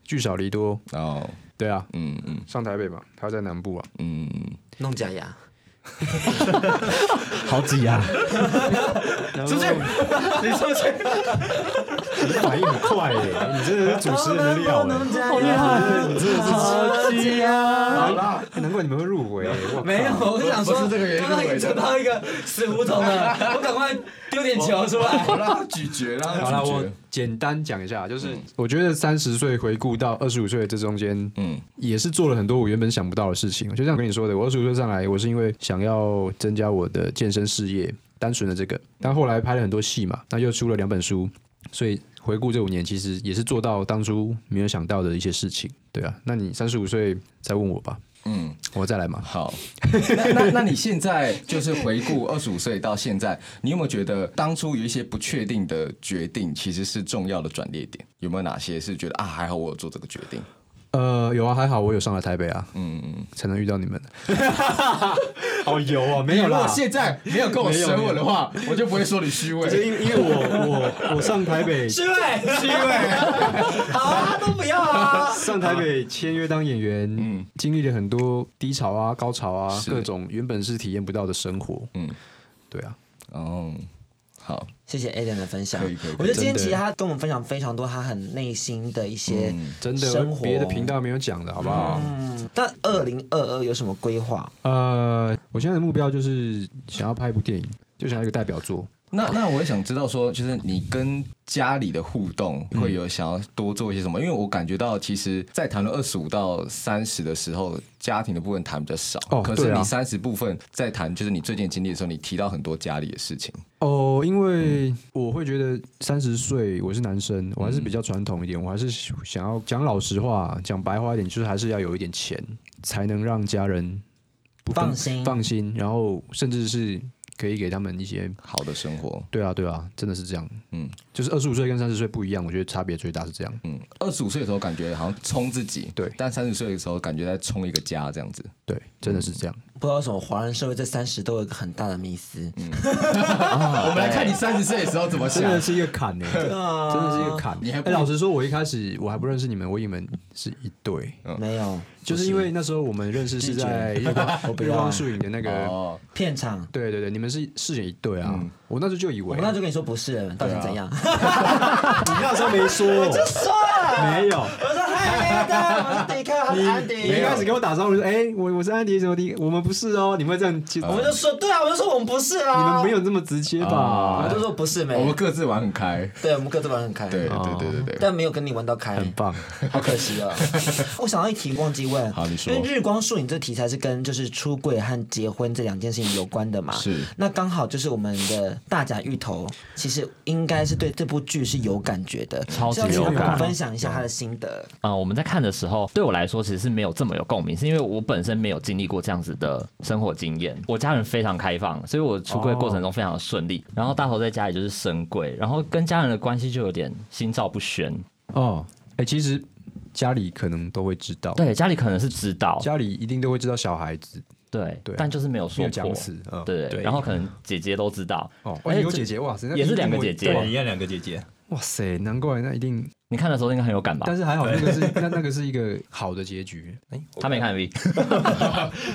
Speaker 3: 聚少离多，
Speaker 5: 哦，
Speaker 3: 对啊，
Speaker 5: 嗯嗯
Speaker 3: 上台北嘛，他在南部啊，
Speaker 5: 嗯，
Speaker 2: 弄假牙，
Speaker 1: 好挤 啊！
Speaker 5: 出去，你出去，
Speaker 9: 你反应很快耶，你真的是主持人的 料哎，
Speaker 4: 好厉害！
Speaker 9: 你真的
Speaker 4: 超级啊！
Speaker 9: 是，难怪你们会入围，哇
Speaker 10: 没有，我是想说，
Speaker 5: 不是这个原因
Speaker 10: 刚刚已经走到一个死胡同了，我赶快丢点球出来。
Speaker 5: 我让他咀嚼，让
Speaker 3: 好
Speaker 5: 他
Speaker 3: 了，
Speaker 5: 咀
Speaker 3: 我
Speaker 5: 嚼。
Speaker 3: 简单讲一下，就是我觉得三十岁回顾到二十五岁的这中间，嗯，也是做了很多我原本想不到的事情。就像我跟你说的，我二十五岁上来，我是因为想要增加我的健身事业，单纯的这个，但后来拍了很多戏嘛，那又出了两本书，所以回顾这五年，其实也是做到当初没有想到的一些事情，对啊。那你三十五岁再问我吧，
Speaker 5: 嗯，
Speaker 3: 我再来嘛。
Speaker 5: 好。 那那那你现在就是回顾二十五岁到现在，你有没有觉得当初有一些不确定的决定，其实是重要的转捩点？有没有哪些是觉得啊，还好我有做这个决定？
Speaker 3: 呃，有啊，还好我有上来台北啊，
Speaker 5: 嗯嗯。嗯
Speaker 3: 才能遇到你们。哦
Speaker 9: 好油啊，没有
Speaker 5: 如果
Speaker 9: 啦。
Speaker 5: 现在没有跟我舌吻的话，我就不会说你虚
Speaker 9: 就
Speaker 5: 伪。
Speaker 9: 因因为我我我上台北
Speaker 10: 虚伪，虚伪，好啊，都不要啊。
Speaker 9: 上台北签约当演员，
Speaker 5: 嗯
Speaker 9: 经历了很多低潮啊、高潮啊，
Speaker 5: 是
Speaker 9: 各种原本是体验不到的生活。
Speaker 5: 嗯，
Speaker 9: 对啊，
Speaker 5: 哦，好，
Speaker 4: 谢谢 Aden 的分享
Speaker 5: 可以可以可以，
Speaker 4: 我觉得今
Speaker 9: 真
Speaker 4: 天
Speaker 9: 的
Speaker 4: 其实他跟我们分享非常多他很内心的一些
Speaker 5: 嗯
Speaker 9: 真的
Speaker 4: 生活。
Speaker 9: 别的频，道没有讲的好不好？
Speaker 4: 嗯，但二零二二有什么规划？
Speaker 3: 呃，我现在的目标就是想要拍一部电影，就想要一个代表作。
Speaker 5: 那那我也想知道说，就是你跟家里的互动会有想要多做一些什么？因为我感觉到，其实，在谈论二十五到三十的时候，家庭的部分谈比较少。
Speaker 3: 哦
Speaker 5: 可是
Speaker 3: 对啊
Speaker 5: 你三十部分在谈，就是你最近经历的时候，你提到很多家里的事情。
Speaker 3: 哦，因为我会觉得三十岁我是男生，我还是比较传统一点，我还是想要讲老实话，讲白话一点，就是还是要有一点钱，才能让家人不分
Speaker 4: 放心
Speaker 3: 放心，然后甚至是可以给他们一些。
Speaker 5: 好的生活，
Speaker 3: 对啊，对啊，真的是这样。
Speaker 5: 嗯
Speaker 3: 嗯，就是二十五岁跟三十岁不一样，我觉得差别最大是这样。
Speaker 5: 嗯，二十五岁的时候感觉好像冲自己，
Speaker 3: 对
Speaker 5: 但三十岁的时候感觉在冲一个家这样子。
Speaker 3: 对，真的是这 样。
Speaker 4: 不知道为什么华人社会在三十都有一个很大的迷思，
Speaker 5: 我们来看你三十岁的时候怎么
Speaker 9: 真
Speaker 5: 想。
Speaker 9: 的是一个坎
Speaker 3: 欸
Speaker 9: 呢、真的是一个坎。
Speaker 5: 啊你还不
Speaker 3: 哎，老实说，我一开始我还不认识你们，我以为你们是一对。
Speaker 4: 没有
Speaker 3: 就是因为那时候我们认识是在日
Speaker 9: 哦
Speaker 3: 光日光树影的那个，
Speaker 5: 哦，
Speaker 4: 片场。
Speaker 3: 对对对，你们是饰演一对啊，我那时候就以
Speaker 4: 我
Speaker 3: 为
Speaker 4: 那就跟你说不是了，到底怎样？
Speaker 9: 你那时候没说，我就说没有。
Speaker 4: 我说嗨，Aden，我是迪克，我是安
Speaker 9: 你一
Speaker 4: 迪。
Speaker 9: 开始给我打招呼说：“哎、我我是安迪什么迪，我们不是哦。”你们会这样接，
Speaker 5: 我
Speaker 9: 我
Speaker 4: 我
Speaker 9: 们
Speaker 4: 就说对啊，我就说我们不是
Speaker 9: 你
Speaker 4: 啊。
Speaker 9: 们没有这么直接吧？
Speaker 4: 我就说不是没
Speaker 5: 我们各自玩很开。
Speaker 4: 对，我们各自玩得很开，
Speaker 5: 对对对对对。
Speaker 4: 但没有跟你玩到开，
Speaker 3: 很棒，
Speaker 4: 好可惜 啊！我想到一题忘记问，
Speaker 5: 好你说
Speaker 4: 因为日光树影这题材是跟就是出柜和结婚这两件事情有关的嘛？
Speaker 5: 是
Speaker 4: 那刚好就是我们的大甲芋头，其实应该是对这部剧是有感觉的，
Speaker 1: 超级
Speaker 4: 所以请他
Speaker 1: 有
Speaker 4: 跟我们
Speaker 1: 感
Speaker 4: 分享一下他的心得。
Speaker 1: 啊、我们在看的时候，对我来说其实是没有这么有共鸣，是因为我本身没有经历过这样子的生活经验。我家人非常开放，所以我出柜过程中非常的顺利。然后大头在家里就是深柜，然后跟家人的关系就有点心照不宣。
Speaker 3: 哦，哎、其实家里可能都会知道，
Speaker 1: 对，家里可能是知道，
Speaker 3: 家里一定都会知道小孩子
Speaker 1: 对，
Speaker 3: 对啊
Speaker 1: 但就是没有
Speaker 9: 没
Speaker 1: 说
Speaker 9: 有
Speaker 1: 破
Speaker 9: 讲。死，嗯，
Speaker 1: 对
Speaker 9: 对
Speaker 1: 然后可能姐姐都知道，
Speaker 9: 哦，
Speaker 1: 而
Speaker 9: 哇，
Speaker 1: 且
Speaker 9: 你有
Speaker 1: 这
Speaker 9: 姐姐哇塞，那
Speaker 1: 也是
Speaker 9: 一定
Speaker 1: 两个
Speaker 9: 会
Speaker 1: 姐姐
Speaker 9: 对啊
Speaker 11: 一样两个姐姐，
Speaker 9: 哇塞，难怪那一定，
Speaker 1: 你看的时候应该很有感吧
Speaker 9: 但？是还好那个是 那那个是一个好的结局。哎、
Speaker 1: 他 没看 MV，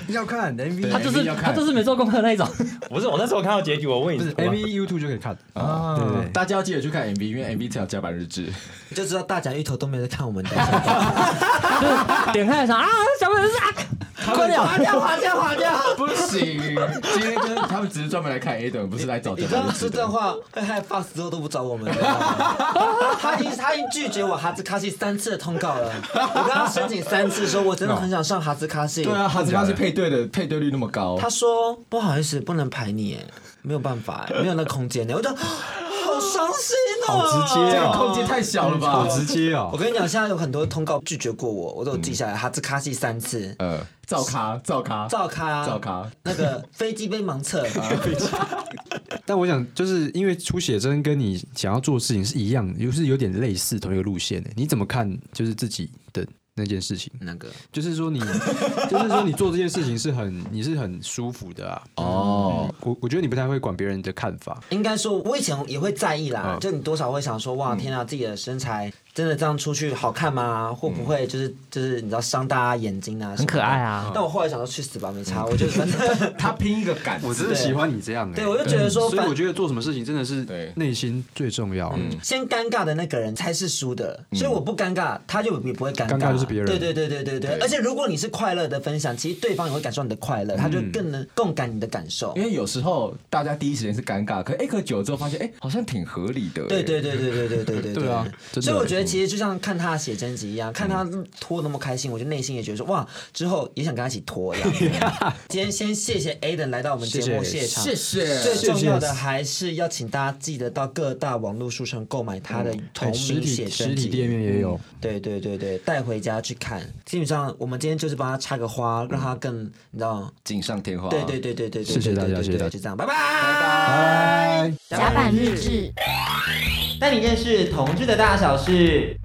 Speaker 9: 要看 MV，
Speaker 1: 他就是他就是没做功课那 一种。
Speaker 7: 不是我那时候看到结局，我问
Speaker 9: 不是
Speaker 4: 哎
Speaker 7: 你，
Speaker 9: MV YouTube 就可以看
Speaker 5: 啊
Speaker 9: 对对对
Speaker 5: 大家要记得去看 MV，因为 MV 才有加版日志。
Speaker 4: 你就知道大甲芋头都没有在看我 们的，
Speaker 1: 就是点开来想啊，小朋友是啊，快点，
Speaker 4: 划掉划掉。
Speaker 5: 不行，今天就是他们只是专门来看 A 等，不是来找
Speaker 4: 你
Speaker 5: 加
Speaker 4: 知
Speaker 5: 版
Speaker 4: 道
Speaker 5: 日
Speaker 4: 说
Speaker 5: 志
Speaker 4: 这
Speaker 5: 的。
Speaker 4: 话会害 Fox 之后都不找我们了。他已经他已经拒绝我哈兹卡西三次的通告了，我跟他申请三次，说我真的很想上哈兹卡西。
Speaker 5: 对啊，哈斯巴是配对的配对率那么高，
Speaker 4: 他说不好意思，不能排你，哎，没有办法，哎没有那空间呢。我就好伤心哦，
Speaker 9: 好直接哦
Speaker 5: 空间太小了吧
Speaker 9: 好？直接
Speaker 4: 我
Speaker 9: 哦。
Speaker 4: 跟你讲，现在有很多通告拒绝过我，我都有记下来，哈兹卡西三次。
Speaker 9: 嗯
Speaker 5: 呃，照咖照咖
Speaker 4: 照咖，
Speaker 5: 照，咖，
Speaker 4: 那个飞机杯盲 测，
Speaker 9: 嗯
Speaker 3: 但我想，就是因为出写真跟你想要做的事情是一样，就是有点类似同一个路线的。你怎么看？就是自己的那件事情，
Speaker 4: 那个
Speaker 3: 就是说 你，就是说你做这件事情是很，你是很舒服的啊。
Speaker 5: 哦，
Speaker 3: 我我觉得你不太会管别人的看法，
Speaker 4: 应该说，我以前也会在意啦，
Speaker 3: 嗯
Speaker 4: 就你多少会想说，哇，天啊，自己的身材真的这样出去好看吗？会不
Speaker 3: 嗯
Speaker 4: 会就是就是你知道伤大家眼睛啊？
Speaker 1: 很可爱。啊。
Speaker 4: 但我后来想说去死吧，没
Speaker 3: 嗯
Speaker 4: 差，我就反正
Speaker 5: 他拼一个感，
Speaker 3: 我真的喜欢你这样、欸。
Speaker 4: 对我就觉得说
Speaker 3: 所以我
Speaker 4: 反。
Speaker 3: 觉得做什么事情真的是
Speaker 5: 对
Speaker 3: 内心最重要。
Speaker 4: 先尴尬的那个人才是输的，所以我不尴尬，他就也不会尴尬。
Speaker 3: 嗯尴尬就是别人
Speaker 4: 对对对对对对。
Speaker 5: 对
Speaker 4: 而且如果你是快乐的分享，其实对方也会感受你的快乐，他就
Speaker 3: 嗯
Speaker 4: 更能共感你的感受
Speaker 5: 因。为有时候大家第一时间是尴尬，可哎、喝酒之后发现哎、好像挺合理的、
Speaker 4: 对对对对对对对对
Speaker 3: 对啊真的嗯
Speaker 4: 所以我觉得其实就像看他写真集一样，看他拖那么开心，我就内心也觉得说哇，之后也想跟他一起拖 一样。今天先谢谢 Aden 来到我们节目
Speaker 3: 谢
Speaker 4: 现场，
Speaker 5: 谢
Speaker 4: 最重要的还是要请大家记得到各大网络书城购买他的同
Speaker 3: 哎实
Speaker 4: 名写
Speaker 3: 体
Speaker 4: 真
Speaker 3: 实
Speaker 4: 集。
Speaker 3: 体店面也有，
Speaker 4: 对对对对，带回家去看。基本上我们今天就是帮他插个花，让他更你知道。
Speaker 5: 锦上添花。
Speaker 4: 对对对对对对，
Speaker 3: 谢谢大家
Speaker 4: 对对
Speaker 3: 谢谢大家
Speaker 4: 就这样，拜拜。
Speaker 3: 拜。
Speaker 12: 甲板日志。
Speaker 13: 带你认识同志的大小事。